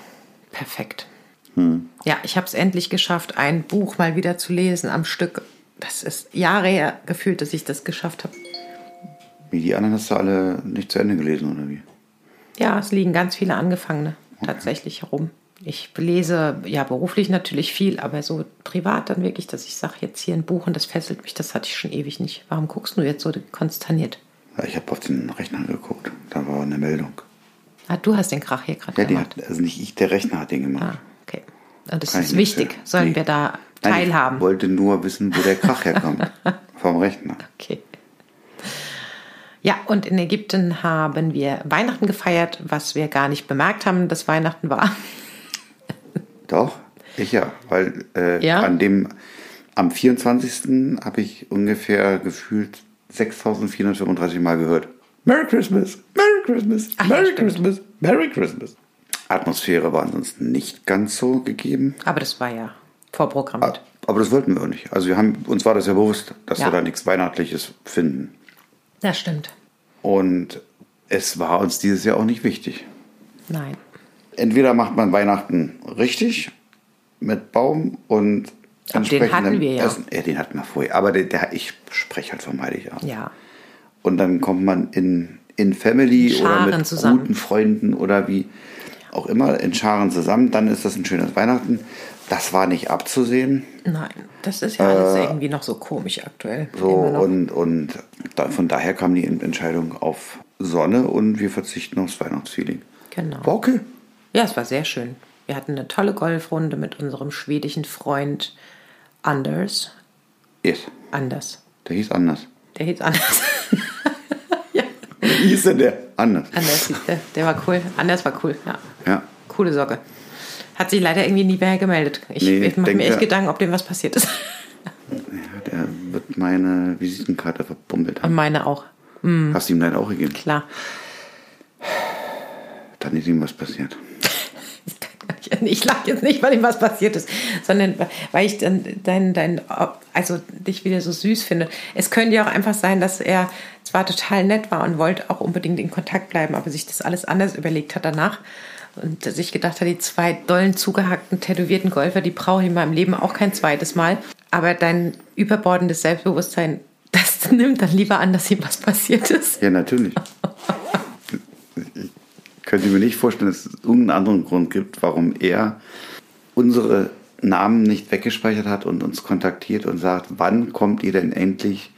[SPEAKER 2] Perfekt.
[SPEAKER 1] Hm.
[SPEAKER 2] Ja, ich habe es endlich geschafft, ein Buch mal wieder zu lesen am Stück. Das ist Jahre her gefühlt, dass ich das geschafft habe.
[SPEAKER 1] Wie die anderen hast du alle nicht zu Ende gelesen, oder wie?
[SPEAKER 2] Ja, es liegen ganz viele angefangene
[SPEAKER 1] Mhm.
[SPEAKER 2] tatsächlich herum. Ich lese ja beruflich natürlich viel, aber so privat dann wirklich, dass ich sage, jetzt hier ein Buch und das fesselt mich, das hatte ich schon ewig nicht. Warum guckst du jetzt so konsterniert?
[SPEAKER 1] Ja, Ich habe auf den Rechner geguckt, da war eine Meldung.
[SPEAKER 2] Ah, du hast den Krach hier gerade
[SPEAKER 1] Ja, die
[SPEAKER 2] gemacht.
[SPEAKER 1] hat, also nicht ich, der Rechner hat den
[SPEAKER 2] Ah,
[SPEAKER 1] gemacht.
[SPEAKER 2] okay. Und das
[SPEAKER 1] Kann
[SPEAKER 2] ist
[SPEAKER 1] ich nicht,
[SPEAKER 2] wichtig,
[SPEAKER 1] ja.
[SPEAKER 2] sollen
[SPEAKER 1] Nee.
[SPEAKER 2] wir da
[SPEAKER 1] Nein, Ich
[SPEAKER 2] teilhaben.
[SPEAKER 1] wollte nur wissen, wo der Krach
[SPEAKER 2] [laughs]
[SPEAKER 1] herkommt. Vom Rechner.
[SPEAKER 2] Okay. Ja, und in Ägypten haben wir Weihnachten gefeiert, was wir gar nicht bemerkt haben, dass Weihnachten war.
[SPEAKER 1] Doch, ich ja, weil äh,
[SPEAKER 2] Ja?
[SPEAKER 1] an dem am 24. habe ich ungefähr gefühlt 6435 Mal gehört. Merry Christmas, Merry Christmas,
[SPEAKER 2] Ach ja,
[SPEAKER 1] Merry
[SPEAKER 2] stimmt.
[SPEAKER 1] Christmas, Merry Christmas. Atmosphäre war ansonsten nicht ganz so gegeben,
[SPEAKER 2] Aber das war ja vorprogrammiert.
[SPEAKER 1] aber das wollten wir auch nicht. Also wir haben uns war das ja bewusst, dass
[SPEAKER 2] Ja.
[SPEAKER 1] wir da nichts Weihnachtliches finden.
[SPEAKER 2] Das stimmt.
[SPEAKER 1] Und es war uns dieses Jahr auch nicht wichtig.
[SPEAKER 2] Nein.
[SPEAKER 1] Entweder macht man Weihnachten richtig mit Baum und
[SPEAKER 2] Aber den hatten wir ja.
[SPEAKER 1] Essen. Ja, den hatten wir vorher. Aber der, der, ich spreche halt vom Heiligabend.
[SPEAKER 2] Ja.
[SPEAKER 1] Und dann kommt man in, in Family
[SPEAKER 2] Scharen
[SPEAKER 1] oder mit
[SPEAKER 2] zusammen.
[SPEAKER 1] guten Freunden oder wie auch immer in Scharen zusammen. Dann ist das ein schönes Weihnachten. Das war nicht abzusehen.
[SPEAKER 2] Nein, das ist ja alles irgendwie noch so komisch aktuell.
[SPEAKER 1] Äh, So,
[SPEAKER 2] Immer noch.
[SPEAKER 1] und und da, von daher kam die Entscheidung auf Sonne und wir verzichten aufs Weihnachtsfeeling.
[SPEAKER 2] Genau.
[SPEAKER 1] War okay.
[SPEAKER 2] Ja, es war sehr schön. Wir hatten eine tolle Golfrunde mit unserem schwedischen Freund Anders.
[SPEAKER 1] Yes.
[SPEAKER 2] Anders.
[SPEAKER 1] Der hieß anders.
[SPEAKER 2] Der hieß Anders. [laughs]
[SPEAKER 1] Wie hieß denn der? Anders.
[SPEAKER 2] Anders hieß der. Der war cool. Anders war cool, ja.
[SPEAKER 1] Ja.
[SPEAKER 2] Coole Socke. Hat sich leider irgendwie nie mehr gemeldet. Ich,
[SPEAKER 1] Nee,
[SPEAKER 2] ich mache mir
[SPEAKER 1] denke-
[SPEAKER 2] echt Gedanken, ob dem was passiert ist. [laughs]
[SPEAKER 1] Der wird meine Visitenkarte verbummelt
[SPEAKER 2] Und
[SPEAKER 1] haben.
[SPEAKER 2] meine auch. Mhm.
[SPEAKER 1] Hast du ihm leider auch gegeben?
[SPEAKER 2] Klar.
[SPEAKER 1] Dann ist ihm was passiert.
[SPEAKER 2] Ich lache jetzt nicht, weil ihm was passiert ist, sondern weil ich dann dein, dein, also dich wieder so süß finde. Es könnte ja auch einfach sein, dass er zwar total nett war und wollte auch unbedingt in Kontakt bleiben, aber sich das alles anders überlegt hat danach und sich gedacht hat, die zwei dollen, zugehackten, tätowierten Golfer, die brauche ich in meinem Leben auch kein zweites Mal. Aber dein überbordendes Selbstbewusstsein, [laughs] das nimmt dann lieber an, dass ihm was passiert ist.
[SPEAKER 1] Ja, natürlich. ich könnte mir nicht vorstellen, dass es irgendeinen anderen Grund gibt, warum er unsere Namen nicht weggespeichert hat und uns kontaktiert und sagt, wann kommt ihr denn endlich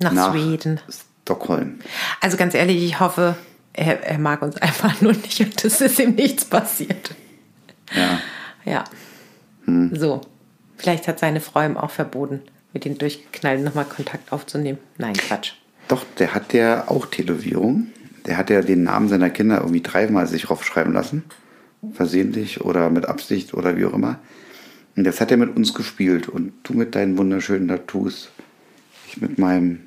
[SPEAKER 2] Nach Schweden.
[SPEAKER 1] Stockholm?
[SPEAKER 2] Also ganz ehrlich, ich hoffe, er, er mag uns [laughs] einfach nur nicht und es ist ihm nichts passiert.
[SPEAKER 1] Ja.
[SPEAKER 2] Ja.
[SPEAKER 1] Hm.
[SPEAKER 2] So. Vielleicht hat seine Frau ihm auch verboten, mit den Durchgeknallten nochmal Kontakt aufzunehmen. Nein, Quatsch.
[SPEAKER 1] Doch, der hat ja auch Tätowierung. Der hat ja den Namen seiner Kinder irgendwie dreimal sich raufschreiben lassen. Versehentlich oder mit Absicht oder wie auch immer. Und das hat er mit uns gespielt. Und du mit deinen wunderschönen Tattoos. Ich mit meinem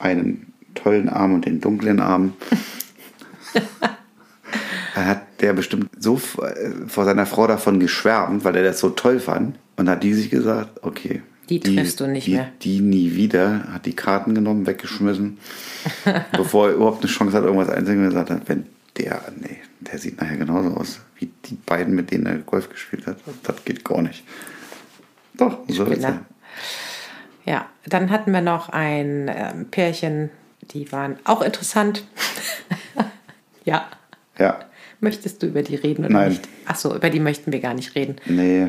[SPEAKER 1] einen tollen Arm und den dunklen
[SPEAKER 2] [laughs]
[SPEAKER 1] Arm. Da hat der bestimmt so f- äh, vor seiner Frau davon geschwärmt, weil er das so toll fand. Und hat die sich gesagt, okay.
[SPEAKER 2] Die triffst du nicht
[SPEAKER 1] die,
[SPEAKER 2] mehr.
[SPEAKER 1] Die nie wieder. Hat die Karten genommen, weggeschmissen. bevor er überhaupt eine Chance hat, irgendwas einzugehen, gesagt hat, wenn der, nee, der sieht nachher genauso aus, wie die beiden, mit denen er Golf gespielt hat. Das geht gar nicht. Doch, so ist
[SPEAKER 2] Spinner.
[SPEAKER 1] er.
[SPEAKER 2] Ja, dann hatten wir noch ein ähm, Pärchen, die waren auch interessant. [laughs] ja,
[SPEAKER 1] Ja,
[SPEAKER 2] möchtest du über die reden oder
[SPEAKER 1] Nein.
[SPEAKER 2] nicht? Ach so, über die möchten wir gar nicht reden.
[SPEAKER 1] nee.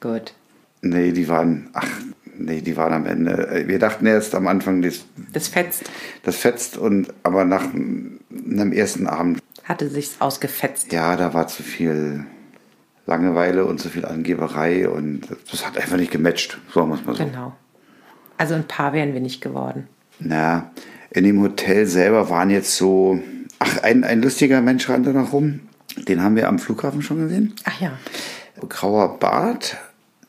[SPEAKER 2] Gut.
[SPEAKER 1] Nee, die waren, ach, nee, die waren am Ende. Wir dachten erst am Anfang, das,
[SPEAKER 2] Das fetzt,
[SPEAKER 1] das fetzt und, aber nach einem ersten Abend,
[SPEAKER 2] hatte sich's ausgefetzt.
[SPEAKER 1] ja, da war zu viel Langeweile und zu viel Angeberei und das hat einfach nicht gematcht, sagen wir es mal so.
[SPEAKER 2] Genau. Also ein Paar wären wir nicht geworden.
[SPEAKER 1] Na, in dem Hotel selber waren jetzt so, ach, ein, ein lustiger Mensch rannte noch rum. Den haben wir am Flughafen schon gesehen.
[SPEAKER 2] Ach ja.
[SPEAKER 1] grauer Bart,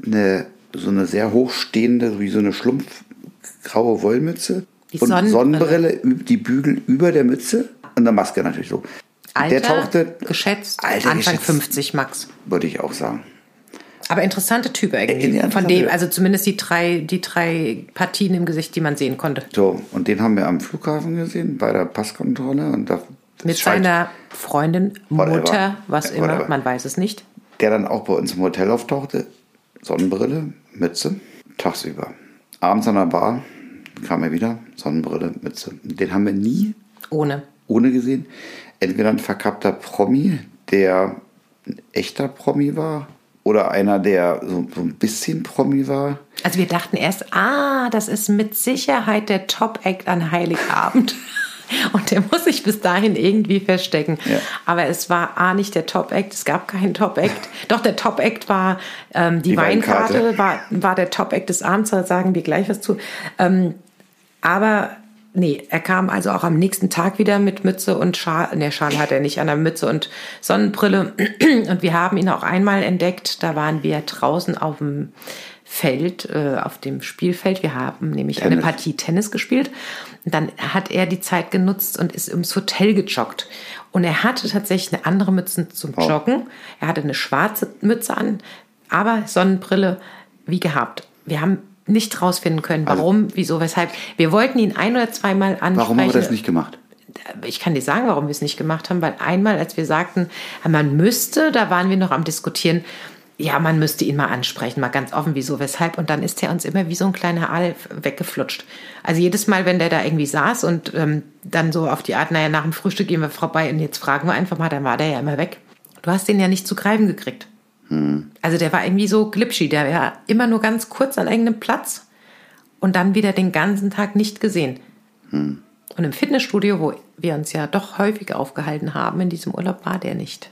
[SPEAKER 1] eine, so eine sehr hochstehende, wie so eine schlumpfgraue Wollmütze
[SPEAKER 2] Die
[SPEAKER 1] und
[SPEAKER 2] Sonnenbrille.
[SPEAKER 1] Sonnenbrille, üb- die Bügel über der Mütze und eine Maske natürlich so.
[SPEAKER 2] Alter,
[SPEAKER 1] der tauchte,
[SPEAKER 2] geschätzt,
[SPEAKER 1] Alter,
[SPEAKER 2] Anfang
[SPEAKER 1] geschätzt.
[SPEAKER 2] 50 Max.
[SPEAKER 1] würde ich auch sagen.
[SPEAKER 2] Aber interessante Typen
[SPEAKER 1] Äh,
[SPEAKER 2] irgendwie.
[SPEAKER 1] Ja,
[SPEAKER 2] Von
[SPEAKER 1] interessante
[SPEAKER 2] dem,
[SPEAKER 1] Typen.
[SPEAKER 2] also zumindest die drei, die drei Partien im Gesicht, die man sehen konnte.
[SPEAKER 1] So, und den haben wir am Flughafen gesehen, bei der Passkontrolle. Und da
[SPEAKER 2] Mit
[SPEAKER 1] scheint-
[SPEAKER 2] seiner Freundin,
[SPEAKER 1] Whatever.
[SPEAKER 2] Mutter, was immer,
[SPEAKER 1] Whatever.
[SPEAKER 2] man weiß es nicht.
[SPEAKER 1] der dann auch bei uns im Hotel auftauchte. Sonnenbrille, Mütze, tagsüber. Abends an der Bar kam er wieder, Sonnenbrille, Mütze. Den haben wir nie
[SPEAKER 2] Ohne.
[SPEAKER 1] ohne gesehen. Entweder ein verkappter Promi, der ein echter Promi war, oder einer, der so, so ein bisschen Promi war.
[SPEAKER 2] Also wir dachten erst, ah, das ist mit Sicherheit der Top-Act an Heiligabend. [laughs] Und der muss sich bis dahin irgendwie verstecken.
[SPEAKER 1] Ja.
[SPEAKER 2] Aber es war A, nicht der Top-Act, es gab keinen Top-Act. Doch, der Top-Act war ähm, die,
[SPEAKER 1] Die
[SPEAKER 2] Weinkarte,
[SPEAKER 1] Weinkarte.
[SPEAKER 2] war, war der Top-Act des Abends, da sagen wir gleich was zu. Ähm, aber nee, er kam also auch am nächsten Tag wieder mit Mütze und Schal. Ne, Schal hat er nicht an der Mütze und Sonnenbrille. [clears throat] Und wir haben ihn auch einmal entdeckt. Da waren wir draußen auf dem Feld, äh, auf dem Spielfeld. Wir haben nämlich eine
[SPEAKER 1] Tennis.
[SPEAKER 2] Partie Tennis gespielt. Und dann hat er die Zeit genutzt und ist ins Hotel gejoggt. Und er hatte tatsächlich eine andere Mütze zum
[SPEAKER 1] Oh.
[SPEAKER 2] Joggen. Er hatte eine schwarze Mütze an, aber Sonnenbrille wie gehabt. Wir haben nicht rausfinden können, warum, wieso, weshalb. Wir wollten ihn ein oder zweimal ansprechen.
[SPEAKER 1] Also Warum haben wir das nicht gemacht?
[SPEAKER 2] Ich kann dir sagen, warum wir es nicht gemacht haben, weil einmal, als wir sagten, man müsste, da waren wir noch am Diskutieren, ja, man müsste ihn mal ansprechen, mal ganz offen, wieso, weshalb. Und dann ist er uns immer wie so ein kleiner Aal weggeflutscht. Also jedes Mal, wenn der da irgendwie saß und ähm, dann so auf die Art, naja, nach dem Frühstück gehen wir vorbei und jetzt fragen wir einfach mal, dann war der ja immer weg. Du hast den ja nicht zu greifen gekriegt. Also der war irgendwie so glitschy, der war immer nur ganz kurz an irgendeinem Platz und dann wieder den ganzen Tag nicht gesehen. Und im Fitnessstudio, wo wir uns ja doch häufig aufgehalten haben, in diesem Urlaub war der nicht.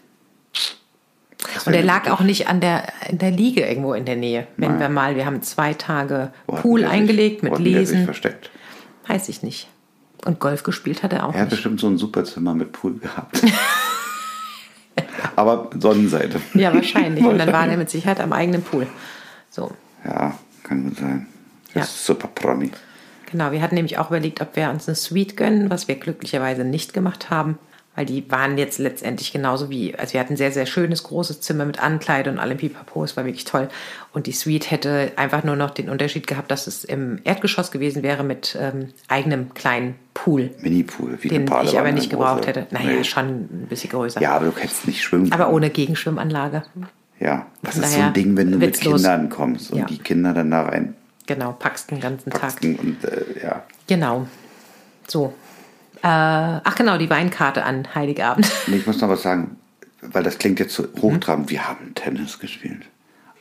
[SPEAKER 2] Und er lag auch nicht an der, in der Liege irgendwo in der Nähe. Wenn wir mal, wir haben zwei Tage
[SPEAKER 1] Wo hat
[SPEAKER 2] Pool
[SPEAKER 1] der sich-
[SPEAKER 2] eingelegt
[SPEAKER 1] wo
[SPEAKER 2] mit
[SPEAKER 1] hat der sich
[SPEAKER 2] Lesen,
[SPEAKER 1] versteckt.
[SPEAKER 2] weiß ich nicht. Und Golf gespielt hat er auch
[SPEAKER 1] Er hat
[SPEAKER 2] nicht.
[SPEAKER 1] bestimmt so ein Superzimmer mit Pool gehabt. [laughs] Aber Sonnenseite. [laughs]
[SPEAKER 2] Ja, wahrscheinlich. Und dann war er mit Sicherheit am eigenen Pool. So,
[SPEAKER 1] Ja, kann gut sein.
[SPEAKER 2] Ja.
[SPEAKER 1] Das ist super Promi.
[SPEAKER 2] Genau, wir hatten nämlich auch überlegt, ob wir uns eine Suite gönnen, was wir glücklicherweise nicht gemacht haben, weil die waren jetzt letztendlich genauso wie, also wir hatten ein sehr, sehr schönes, großes Zimmer mit Ankleide und allem Pipapo, es war wirklich toll. Und die Suite hätte einfach nur noch den Unterschied gehabt, dass es im Erdgeschoss gewesen wäre mit ähm, eigenem kleinen Pool,
[SPEAKER 1] Mini-Pool, wie eine
[SPEAKER 2] den
[SPEAKER 1] Badewanne,
[SPEAKER 2] ich aber nicht
[SPEAKER 1] eine
[SPEAKER 2] gebraucht
[SPEAKER 1] große.
[SPEAKER 2] hätte. Naja,
[SPEAKER 1] Nee.
[SPEAKER 2] schon ein bisschen größer.
[SPEAKER 1] Ja, aber du kannst nicht schwimmen.
[SPEAKER 2] Aber ohne Gegenschwimmanlage.
[SPEAKER 1] ja, das
[SPEAKER 2] Von
[SPEAKER 1] ist so
[SPEAKER 2] daher
[SPEAKER 1] ein Ding, wenn du
[SPEAKER 2] witzlos.
[SPEAKER 1] mit Kindern kommst und
[SPEAKER 2] Ja.
[SPEAKER 1] die Kinder dann da rein
[SPEAKER 2] Genau, packst den ganzen Tag.
[SPEAKER 1] packen und äh, ja.
[SPEAKER 2] Genau. So. Äh, ach genau, die Weinkarte an Heiligabend. [laughs]
[SPEAKER 1] Nee, Ich muss noch was sagen, weil das klingt jetzt so hochtrabend. Wir haben Tennis gespielt.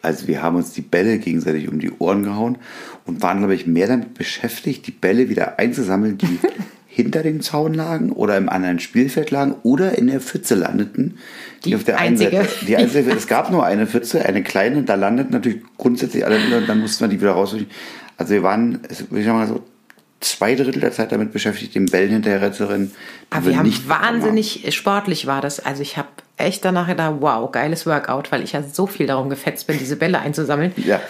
[SPEAKER 1] Also wir haben uns die Bälle gegenseitig um die Ohren gehauen und waren, glaube ich, mehr damit beschäftigt, die Bälle wieder einzusammeln,
[SPEAKER 2] [laughs]
[SPEAKER 1] die hinter dem Zaun lagen oder im anderen Spielfeld lagen oder in der Pfütze landeten. Die, auf der einen
[SPEAKER 2] einzige.
[SPEAKER 1] Seite- Die einzige. Es gab nur eine Pfütze, eine kleine, da landeten natürlich grundsätzlich alle und dann mussten wir die wieder rausholen. Also wir waren, es- ich sag mal so, zwei Drittel der Zeit damit beschäftigt, den Bällen hinterher zu rennen. Die
[SPEAKER 2] Aber
[SPEAKER 1] will
[SPEAKER 2] wir haben
[SPEAKER 1] nicht
[SPEAKER 2] wahnsinnig sportlich war das. Also ich habe echt danach gedacht, wow, geiles Workout, weil ich ja so viel darum gefetzt bin, diese Bälle einzusammeln.
[SPEAKER 1] Ja.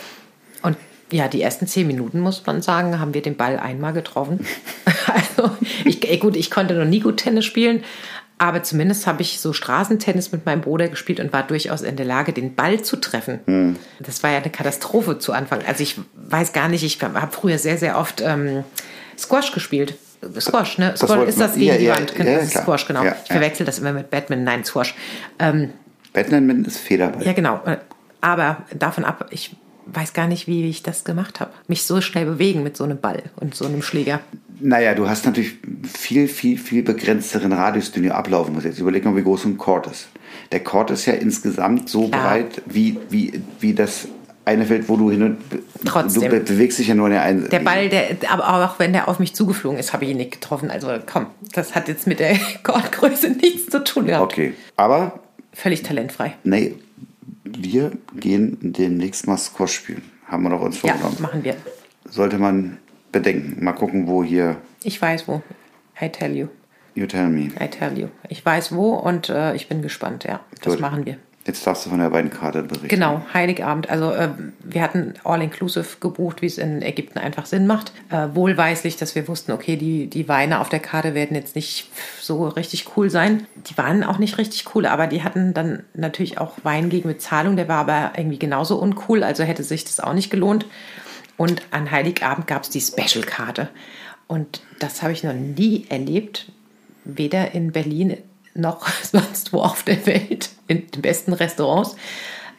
[SPEAKER 2] Und ja, die ersten zehn Minuten, muss man sagen, haben wir den Ball einmal getroffen. [laughs] also, ich, eh, gut, ich konnte noch nie gut Tennis spielen, aber zumindest habe ich so Straßentennis mit meinem Bruder gespielt und war durchaus in der Lage, den Ball zu treffen.
[SPEAKER 1] Hm.
[SPEAKER 2] Das war ja eine Katastrophe zu Anfang. Also, ich weiß gar nicht, ich habe früher sehr, sehr oft ähm, Squash gespielt. Squash, ne? Squash
[SPEAKER 1] wollte
[SPEAKER 2] ist das
[SPEAKER 1] man-
[SPEAKER 2] gegen
[SPEAKER 1] ja,
[SPEAKER 2] die
[SPEAKER 1] ja,
[SPEAKER 2] Wand. Genau,
[SPEAKER 1] ja,
[SPEAKER 2] das ist
[SPEAKER 1] klar.
[SPEAKER 2] Squash, genau.
[SPEAKER 1] Ja,
[SPEAKER 2] ich
[SPEAKER 1] ja.
[SPEAKER 2] verwechsel das immer mit Badminton. Nein, Squash. Ähm,
[SPEAKER 1] Badminton ist Federball.
[SPEAKER 2] ja, genau. Aber davon ab, ich weiß gar nicht, wie ich das gemacht habe. Mich so schnell bewegen mit so einem Ball und so einem Schläger.
[SPEAKER 1] Naja, du hast natürlich viel, viel, viel begrenzteren Radius, den du ablaufen musst. Jetzt überleg mal, wie groß so ein Court ist. Der Court ist ja insgesamt so
[SPEAKER 2] Klar.
[SPEAKER 1] breit, wie, wie, wie das eine Feld, wo du hin und
[SPEAKER 2] Trotzdem.
[SPEAKER 1] du be bewegst dich ja nur in der einen.
[SPEAKER 2] Der Ball, der, aber auch wenn der auf mich zugeflogen ist, habe ich ihn nicht getroffen. Also komm, das hat jetzt mit der [laughs] Korngröße nichts zu tun gehabt.
[SPEAKER 1] Okay, aber
[SPEAKER 2] Völlig talentfrei.
[SPEAKER 1] nee, wir gehen demnächst mal Squash spielen. Haben wir doch uns
[SPEAKER 2] Ja,
[SPEAKER 1] vorgenommen.
[SPEAKER 2] machen wir.
[SPEAKER 1] Sollte man bedenken. Mal gucken, wo hier.
[SPEAKER 2] Ich weiß wo. I tell you.
[SPEAKER 1] You tell me.
[SPEAKER 2] I tell you. Ich weiß wo und äh, ich bin gespannt, ja. Das
[SPEAKER 1] Gut.
[SPEAKER 2] machen wir.
[SPEAKER 1] Jetzt darfst du von der Weinkarte berichten.
[SPEAKER 2] Genau, Heiligabend. Also ähm, wir hatten All-Inclusive gebucht, wie es in Ägypten einfach Sinn macht. Äh, wohlweislich, dass wir wussten, okay, die, die Weine auf der Karte werden jetzt nicht so richtig cool sein. Die waren auch nicht richtig cool, aber die hatten dann natürlich auch Wein gegen Bezahlung. Der war aber irgendwie genauso uncool, also hätte sich das auch nicht gelohnt. Und an Heiligabend gab es die Special-Karte. Und das habe ich noch nie erlebt weder in Berlin noch [laughs] sonst wo auf der Welt, in den besten Restaurants,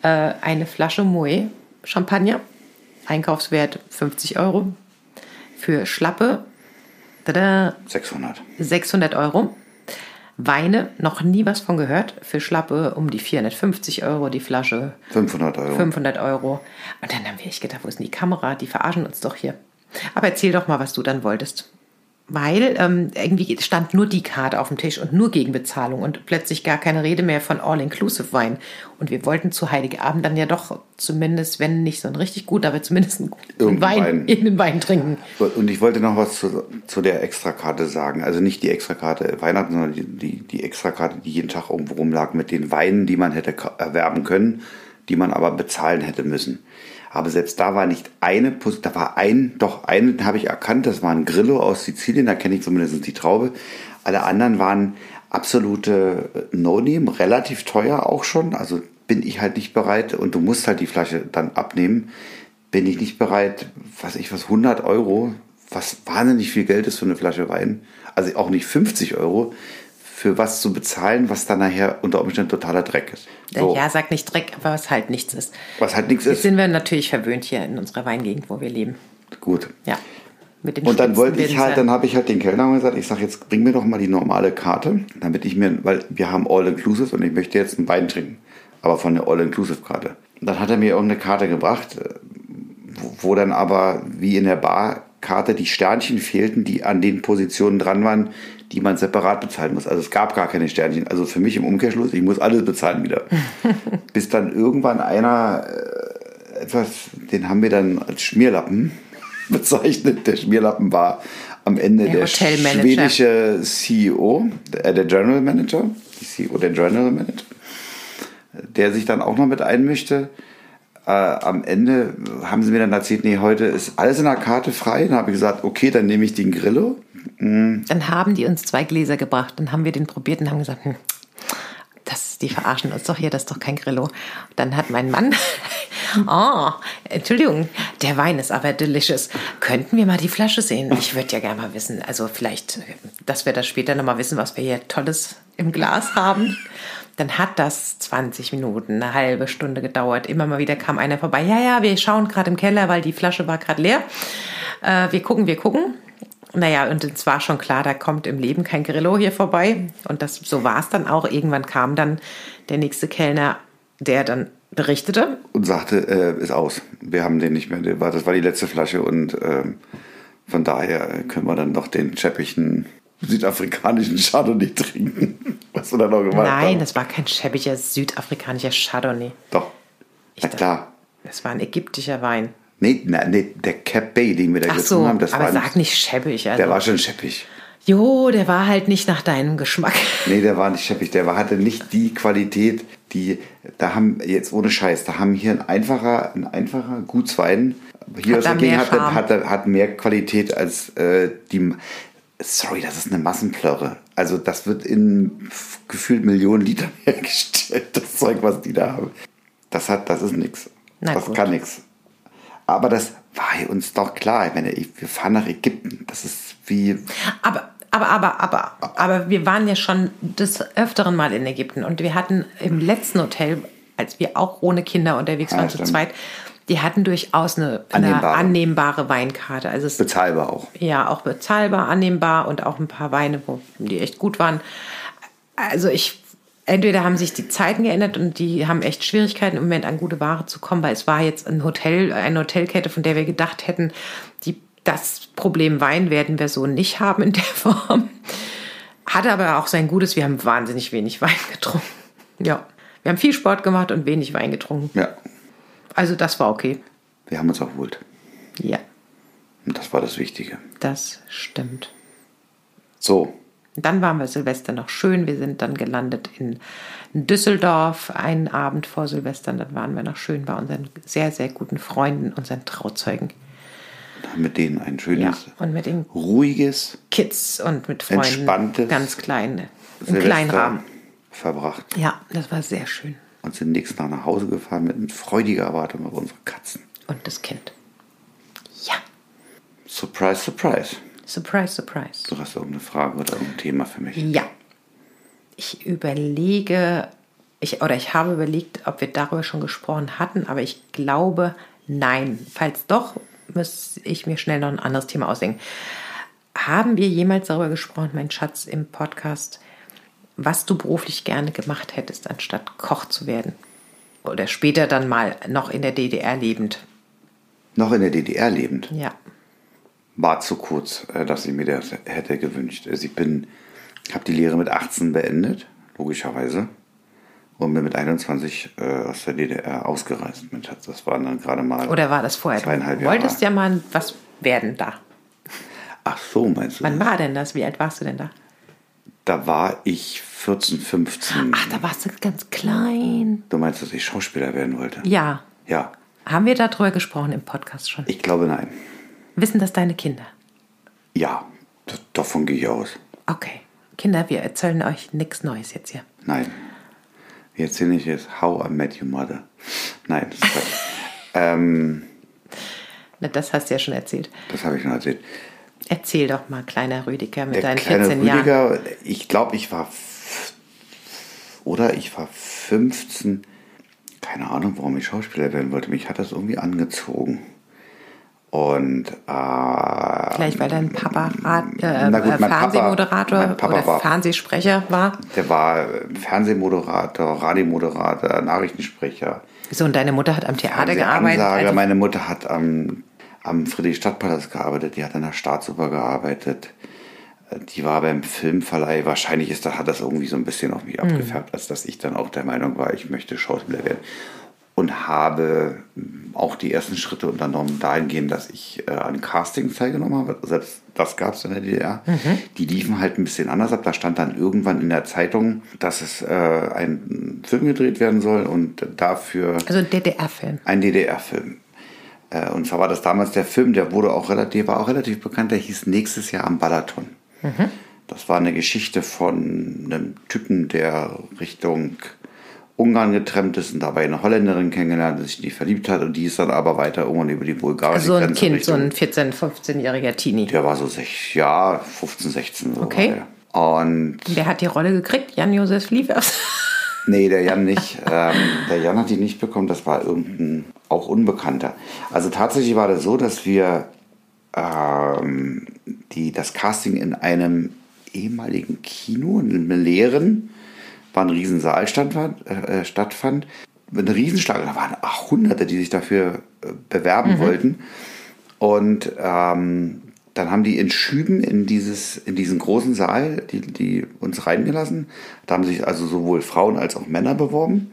[SPEAKER 2] äh, eine Flasche Moët Champagner, Einkaufswert 50 Euro, für Schlappe tada,
[SPEAKER 1] 600.
[SPEAKER 2] 600 Euro. Weine, noch nie was von gehört, für Schlappe um die 450 Euro die Flasche,
[SPEAKER 1] 500 Euro.
[SPEAKER 2] 500 Euro. Und dann haben wir echt gedacht, wo ist denn die Kamera? Die verarschen uns doch hier. Aber erzähl doch mal, was du dann wolltest. Weil ähm, irgendwie stand nur die Karte auf dem Tisch und nur Gegenbezahlung und plötzlich gar keine Rede mehr von All-Inclusive-Wein. Und wir wollten zu Heiligabend dann ja doch zumindest, wenn nicht so ein richtig gut, aber zumindest einen guten
[SPEAKER 1] Irgendeinen
[SPEAKER 2] Wein,
[SPEAKER 1] Wein.
[SPEAKER 2] [laughs] irgendeinen Wein trinken.
[SPEAKER 1] So, Und ich wollte noch was zu, zu der Extrakarte sagen. Also nicht die Extrakarte Weihnachten, sondern die, die, die Extrakarte, die jeden Tag irgendwo rumlag mit den Weinen, die man hätte ka- erwerben können, die man aber bezahlen hätte müssen. Aber selbst da war nicht eine, Pos- da war ein, doch einen habe ich erkannt, das war ein Grillo aus Sizilien, da kenne ich zumindest die Traube. Alle anderen waren absolute äh, No-Name, relativ teuer auch schon, also bin ich halt nicht bereit und du musst halt die Flasche dann abnehmen bin ich nicht bereit, was ich was, 100 Euro, was wahnsinnig viel Geld ist für eine Flasche Wein, also auch nicht 50 Euro, für was zu bezahlen, was dann nachher unter Umständen totaler Dreck ist. So,
[SPEAKER 2] Ja, sag nicht Dreck, aber was halt nichts ist.
[SPEAKER 1] was halt nichts
[SPEAKER 2] Jetzt
[SPEAKER 1] ist.
[SPEAKER 2] sind wir natürlich verwöhnt hier in unserer Weingegend, wo wir leben.
[SPEAKER 1] Gut.
[SPEAKER 2] Ja. Mit den
[SPEAKER 1] Und dann
[SPEAKER 2] spitzen
[SPEAKER 1] wollte ich halt,
[SPEAKER 2] Winzern.
[SPEAKER 1] dann habe ich halt den Kellner gesagt, ich sage, jetzt bring mir doch mal die normale Karte, damit ich mir, weil wir haben All-Inclusive und ich möchte jetzt einen Wein trinken, aber von der All-Inclusive-Karte. Dann hat er mir irgendeine Karte gebracht, äh, wo, wo dann aber wie in der Barkarte die Sternchen fehlten, die an den Positionen dran waren, die man separat bezahlen muss. Also es gab gar keine Sternchen. Also für mich im Umkehrschluss, ich muss alles bezahlen wieder. Bis dann irgendwann einer äh, etwas, den haben wir dann als Schmierlappen [laughs] bezeichnet. Der Schmierlappen war am Ende der,
[SPEAKER 2] Hotelmanager.
[SPEAKER 1] schwedische CEO, äh, der General Manager, die CEO, der General Manager, der sich dann auch noch mit einmischte. Äh, am Ende haben sie mir dann erzählt, nee, heute ist alles in der Karte frei. Dann habe ich gesagt, okay, dann nehme ich den Grillo.
[SPEAKER 2] Dann haben die uns zwei Gläser gebracht. Dann haben wir den probiert und haben gesagt, hm, das, die verarschen uns doch hier, das ist doch kein Grillo. Dann hat mein Mann, [laughs] oh, Entschuldigung, der Wein ist aber delicious. Könnten wir mal die Flasche sehen? Ich würde ja gerne mal wissen, also vielleicht, dass wir das später nochmal wissen, was wir hier Tolles im Glas haben. Dann hat das 20 Minuten, eine halbe Stunde gedauert. Immer mal wieder kam einer vorbei. Ja, ja, wir schauen gerade im Keller, weil die Flasche war gerade leer. Äh, wir gucken, wir gucken. Naja, und es war schon klar, da kommt im Leben kein Grillo hier vorbei. Und das, so war es dann auch. Irgendwann kam dann der nächste Kellner, der dann berichtete.
[SPEAKER 1] und sagte, äh, ist aus. Wir haben den nicht mehr. Der war- Das war die letzte Flasche und ähm, von daher können wir dann noch den schäppigen südafrikanischen Chardonnay trinken. [laughs] Was du dann noch gemacht
[SPEAKER 2] Nein,
[SPEAKER 1] hast.
[SPEAKER 2] das war kein schäbiger südafrikanischer Chardonnay.
[SPEAKER 1] Doch.
[SPEAKER 2] Ich
[SPEAKER 1] Na
[SPEAKER 2] dachte-
[SPEAKER 1] klar.
[SPEAKER 2] Das war ein ägyptischer Wein.
[SPEAKER 1] Nee, na, nee der Cap Bay, den wir da
[SPEAKER 2] Ach
[SPEAKER 1] getrunken
[SPEAKER 2] so,
[SPEAKER 1] haben, das
[SPEAKER 2] aber
[SPEAKER 1] war
[SPEAKER 2] sag nicht scheppig. Also.
[SPEAKER 1] der war schon scheppig.
[SPEAKER 2] jo, der war halt nicht nach deinem Geschmack.
[SPEAKER 1] Nee, der war nicht scheppig, der war, hatte nicht die Qualität, die da haben, jetzt ohne Scheiß, da haben hier ein einfacher, ein einfacher Gutswein hier
[SPEAKER 2] Hat
[SPEAKER 1] aus
[SPEAKER 2] da
[SPEAKER 1] der Gegend
[SPEAKER 2] mehr
[SPEAKER 1] hat,
[SPEAKER 2] Charme.
[SPEAKER 1] hat, hat mehr Qualität als äh, die. Sorry, das ist eine Massenplörre. Also das wird in f- gefühlt Millionen Liter [laughs] hergestellt, das Zeug, was die da haben. Das hat, das ist nix.
[SPEAKER 2] Na
[SPEAKER 1] das
[SPEAKER 2] gut.
[SPEAKER 1] kann nix. Aber das war uns doch klar. Ich meine, ich- wir fahren nach Ägypten. Das ist wie
[SPEAKER 2] Aber, aber, aber, aber, aber wir waren ja schon des Öfteren mal in Ägypten und wir hatten im letzten Hotel, als wir auch ohne Kinder unterwegs
[SPEAKER 1] Ah,
[SPEAKER 2] waren, zu
[SPEAKER 1] stimmt.
[SPEAKER 2] zweit, die hatten durchaus eine, eine
[SPEAKER 1] Annehmbare.
[SPEAKER 2] annehmbare Weinkarte. Also es
[SPEAKER 1] bezahlbar auch.
[SPEAKER 2] ja auch bezahlbar, annehmbar und auch ein paar Weine, wo die echt gut waren. Also ich entweder haben sich die Zeiten geändert und die haben echt Schwierigkeiten im Moment an gute Ware zu kommen, weil es war jetzt ein Hotel, eine Hotelkette, von der wir gedacht hätten, die das Problem Wein werden wir so nicht haben in der [laughs] Form. Hatte aber auch sein Gutes, wir haben wahnsinnig wenig Wein getrunken. Ja. Wir haben viel Sport gemacht und wenig Wein getrunken.
[SPEAKER 1] Ja,
[SPEAKER 2] Also das war okay.
[SPEAKER 1] wir haben uns erholt.
[SPEAKER 2] Ja,
[SPEAKER 1] Und das war das Wichtige.
[SPEAKER 2] das stimmt.
[SPEAKER 1] So,
[SPEAKER 2] Und Dann waren wir Silvester noch schön. Wir sind dann gelandet in Düsseldorf einen Abend vor Silvester. Dann waren wir noch schön bei unseren sehr, sehr guten Freunden, unseren Trauzeugen.
[SPEAKER 1] dann mit denen ein
[SPEAKER 2] Ja.
[SPEAKER 1] schönes,
[SPEAKER 2] Und mit den
[SPEAKER 1] ruhiges
[SPEAKER 2] Kids und mit Freunden.
[SPEAKER 1] Entspanntes
[SPEAKER 2] Ganz klein. Im kleinen
[SPEAKER 1] Silvester
[SPEAKER 2] Rahmen.
[SPEAKER 1] verbracht
[SPEAKER 2] Ja, das war sehr schön.
[SPEAKER 1] und sind nächsten Tag nach Hause gefahren mit freudiger Erwartung auf unsere Katzen.
[SPEAKER 2] Und das Kind. Ja.
[SPEAKER 1] Surprise, surprise.
[SPEAKER 2] Surprise, surprise.
[SPEAKER 1] Du hast irgendeine Frage oder irgendein Thema für mich.
[SPEAKER 2] Ja. Ich überlege, ich, oder ich habe überlegt, ob wir darüber schon gesprochen hatten, aber ich glaube, nein. Falls doch, muss ich mir schnell noch ein anderes Thema ausdenken. Haben wir jemals darüber gesprochen, mein Schatz, im Podcast, was du beruflich gerne gemacht hättest, anstatt Koch zu werden? Oder später dann mal noch in der DDR lebend.
[SPEAKER 1] Noch in der DDR lebend
[SPEAKER 2] Ja.
[SPEAKER 1] war zu kurz, äh, dass ich mir das hätte gewünscht. Also ich bin, habe die Lehre mit 18 beendet, logischerweise, und bin mit 21 äh, aus der DDR ausgereist. Mensch, das waren dann gerade mal
[SPEAKER 2] Oder war das vorher?
[SPEAKER 1] zweieinhalb
[SPEAKER 2] Du
[SPEAKER 1] Jahre.
[SPEAKER 2] wolltest ja mal was werden da.
[SPEAKER 1] Ach so, meinst du?
[SPEAKER 2] Wann war denn das? Wie alt warst du denn da?
[SPEAKER 1] Da war ich 14, 15.
[SPEAKER 2] Ach, da warst du ganz klein.
[SPEAKER 1] Du meinst, dass ich Schauspieler werden wollte?
[SPEAKER 2] Ja.
[SPEAKER 1] Ja.
[SPEAKER 2] Haben wir darüber gesprochen im Podcast schon?
[SPEAKER 1] Ich glaube nein.
[SPEAKER 2] Wissen das deine Kinder?
[SPEAKER 1] Ja, d- davon gehe ich aus.
[SPEAKER 2] Okay. Kinder, wir erzählen euch nichts Neues jetzt hier.
[SPEAKER 1] Nein. Jetzt sehe ich jetzt How I Met Your Mother. Nein, das, ist- ähm,
[SPEAKER 2] Na, das hast du ja schon erzählt.
[SPEAKER 1] das habe ich noch
[SPEAKER 2] [laughs]
[SPEAKER 1] erzählt.
[SPEAKER 2] Erzähl doch mal, kleiner Rüdiger, mit
[SPEAKER 1] Der
[SPEAKER 2] deinen
[SPEAKER 1] kleine
[SPEAKER 2] 14 Jahren.
[SPEAKER 1] Rüdiger, ich glaube, ich war f- oder ich war 15. Keine Ahnung, warum ich Schauspieler werden wollte. Mich hat das irgendwie angezogen. Und äh,
[SPEAKER 2] Vielleicht weil dein Papa Rad, äh,
[SPEAKER 1] Na gut, mein Papa-
[SPEAKER 2] Fernsehmoderator
[SPEAKER 1] mein Papa
[SPEAKER 2] oder
[SPEAKER 1] war-
[SPEAKER 2] Fernsehsprecher war.
[SPEAKER 1] Der war Fernsehmoderator, Radiomoderator, Nachrichtensprecher.
[SPEAKER 2] So, und deine Mutter hat am Theater gearbeitet.
[SPEAKER 1] Ansage.
[SPEAKER 2] Also,
[SPEAKER 1] Meine Mutter hat am, am Friedrichstadtpalast gearbeitet, die hat an der Staatsoper gearbeitet. Äh, Die war beim Filmverleih. Wahrscheinlich ist, da hat das irgendwie so ein bisschen auf
[SPEAKER 2] Hm.
[SPEAKER 1] mich abgefärbt, als dass ich dann auch der Meinung war, ich möchte Schauspieler werden. Und habe mh, auch die ersten Schritte unternommen, dahingehend, dass ich äh, an Castings teilgenommen habe. Selbst das gab es in der DDR.
[SPEAKER 2] Mhm.
[SPEAKER 1] Die liefen halt ein bisschen anders ab. Da stand dann irgendwann in der Zeitung, dass es äh, ein Film gedreht werden soll und dafür
[SPEAKER 2] also ein DDR-Film.
[SPEAKER 1] ein DDR-Film. Äh, Und zwar war das damals der Film, der wurde auch relativ, war auch relativ bekannt, der hieß Nächstes Jahr am Balaton.
[SPEAKER 2] Mhm.
[SPEAKER 1] Das war eine Geschichte von einem Typen, der Richtung Ungarn getrennt ist und dabei eine Holländerin kennengelernt, hat, sich in die verliebt hat und die ist dann aber weiter irgendwann über die bulgarische
[SPEAKER 2] So Also ein
[SPEAKER 1] Grenze
[SPEAKER 2] Kind, so
[SPEAKER 1] Richtung-
[SPEAKER 2] ein 14-, 15-jähriger Teenie.
[SPEAKER 1] Der war so sech, ja, 15, 16. So War
[SPEAKER 2] Okay.
[SPEAKER 1] der. Und
[SPEAKER 2] Wer hat die Rolle gekriegt? Jan-Josef Liefers.
[SPEAKER 1] Nee, der Jan
[SPEAKER 2] [laughs]
[SPEAKER 1] nicht. ähm, der Jan hat die nicht bekommen, das war irgendein auch Unbekannter. Also tatsächlich war das so, dass wir ähm, die, das Casting in einem ehemaligen Kino, in einem leeren, war ein riesen Saal stand, äh, stattfand. Eine Riesenschlag, da waren ach, Hunderte, die sich dafür äh, bewerben wollten. Und ähm, dann haben die in Schüben in, dieses, in diesen großen Saal die, die uns reingelassen. Da haben sich also sowohl Frauen als auch Männer beworben.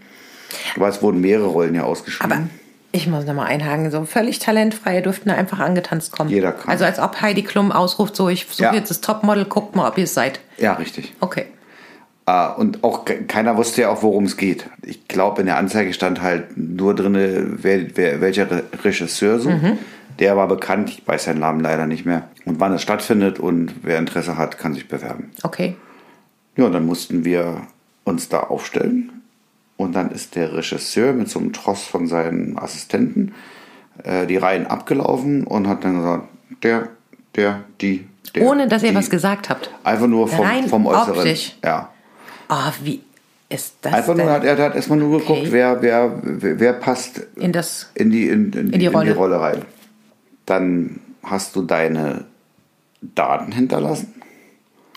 [SPEAKER 1] Aber es wurden mehrere Rollen ja ausgeschrieben.
[SPEAKER 2] Ich muss nochmal einhaken, so völlig talentfreie durften da einfach angetanzt kommen.
[SPEAKER 1] Jeder kann.
[SPEAKER 2] Also als ob Heidi Klum ausruft, so ich suche
[SPEAKER 1] Ja.
[SPEAKER 2] jetzt das Topmodel, guckt mal, ob ihr es seid.
[SPEAKER 1] Ja, richtig.
[SPEAKER 2] Okay.
[SPEAKER 1] Ah, und auch ke- keiner wusste ja auch, worum es geht. Ich glaube, in der Anzeige stand halt nur drin, wer, wer, welcher Re Regisseur so.
[SPEAKER 2] Mhm.
[SPEAKER 1] Der war bekannt, ich weiß seinen Namen leider nicht mehr. Und wann es stattfindet und wer Interesse hat, kann sich bewerben.
[SPEAKER 2] Okay.
[SPEAKER 1] Ja, und dann mussten wir uns da aufstellen. Und dann ist der Regisseur mit so einem Tross von seinen Assistenten äh, die Reihen abgelaufen und hat dann gesagt, der, der, die, der.
[SPEAKER 2] Ohne dass ihr
[SPEAKER 1] die.
[SPEAKER 2] was gesagt habt.
[SPEAKER 1] Einfach nur vom,
[SPEAKER 2] Rein
[SPEAKER 1] vom Äußeren.
[SPEAKER 2] optisch.
[SPEAKER 1] Ja.
[SPEAKER 2] Ah, wie ist das
[SPEAKER 1] Einfach nur
[SPEAKER 2] denn?
[SPEAKER 1] Also hat er hat erstmal nur geguckt,
[SPEAKER 2] Okay.
[SPEAKER 1] wer, wer, wer wer passt
[SPEAKER 2] in das
[SPEAKER 1] in die, in, in, die, in die
[SPEAKER 2] Rolle.
[SPEAKER 1] Rolle rein. Dann hast du deine Daten hinterlassen.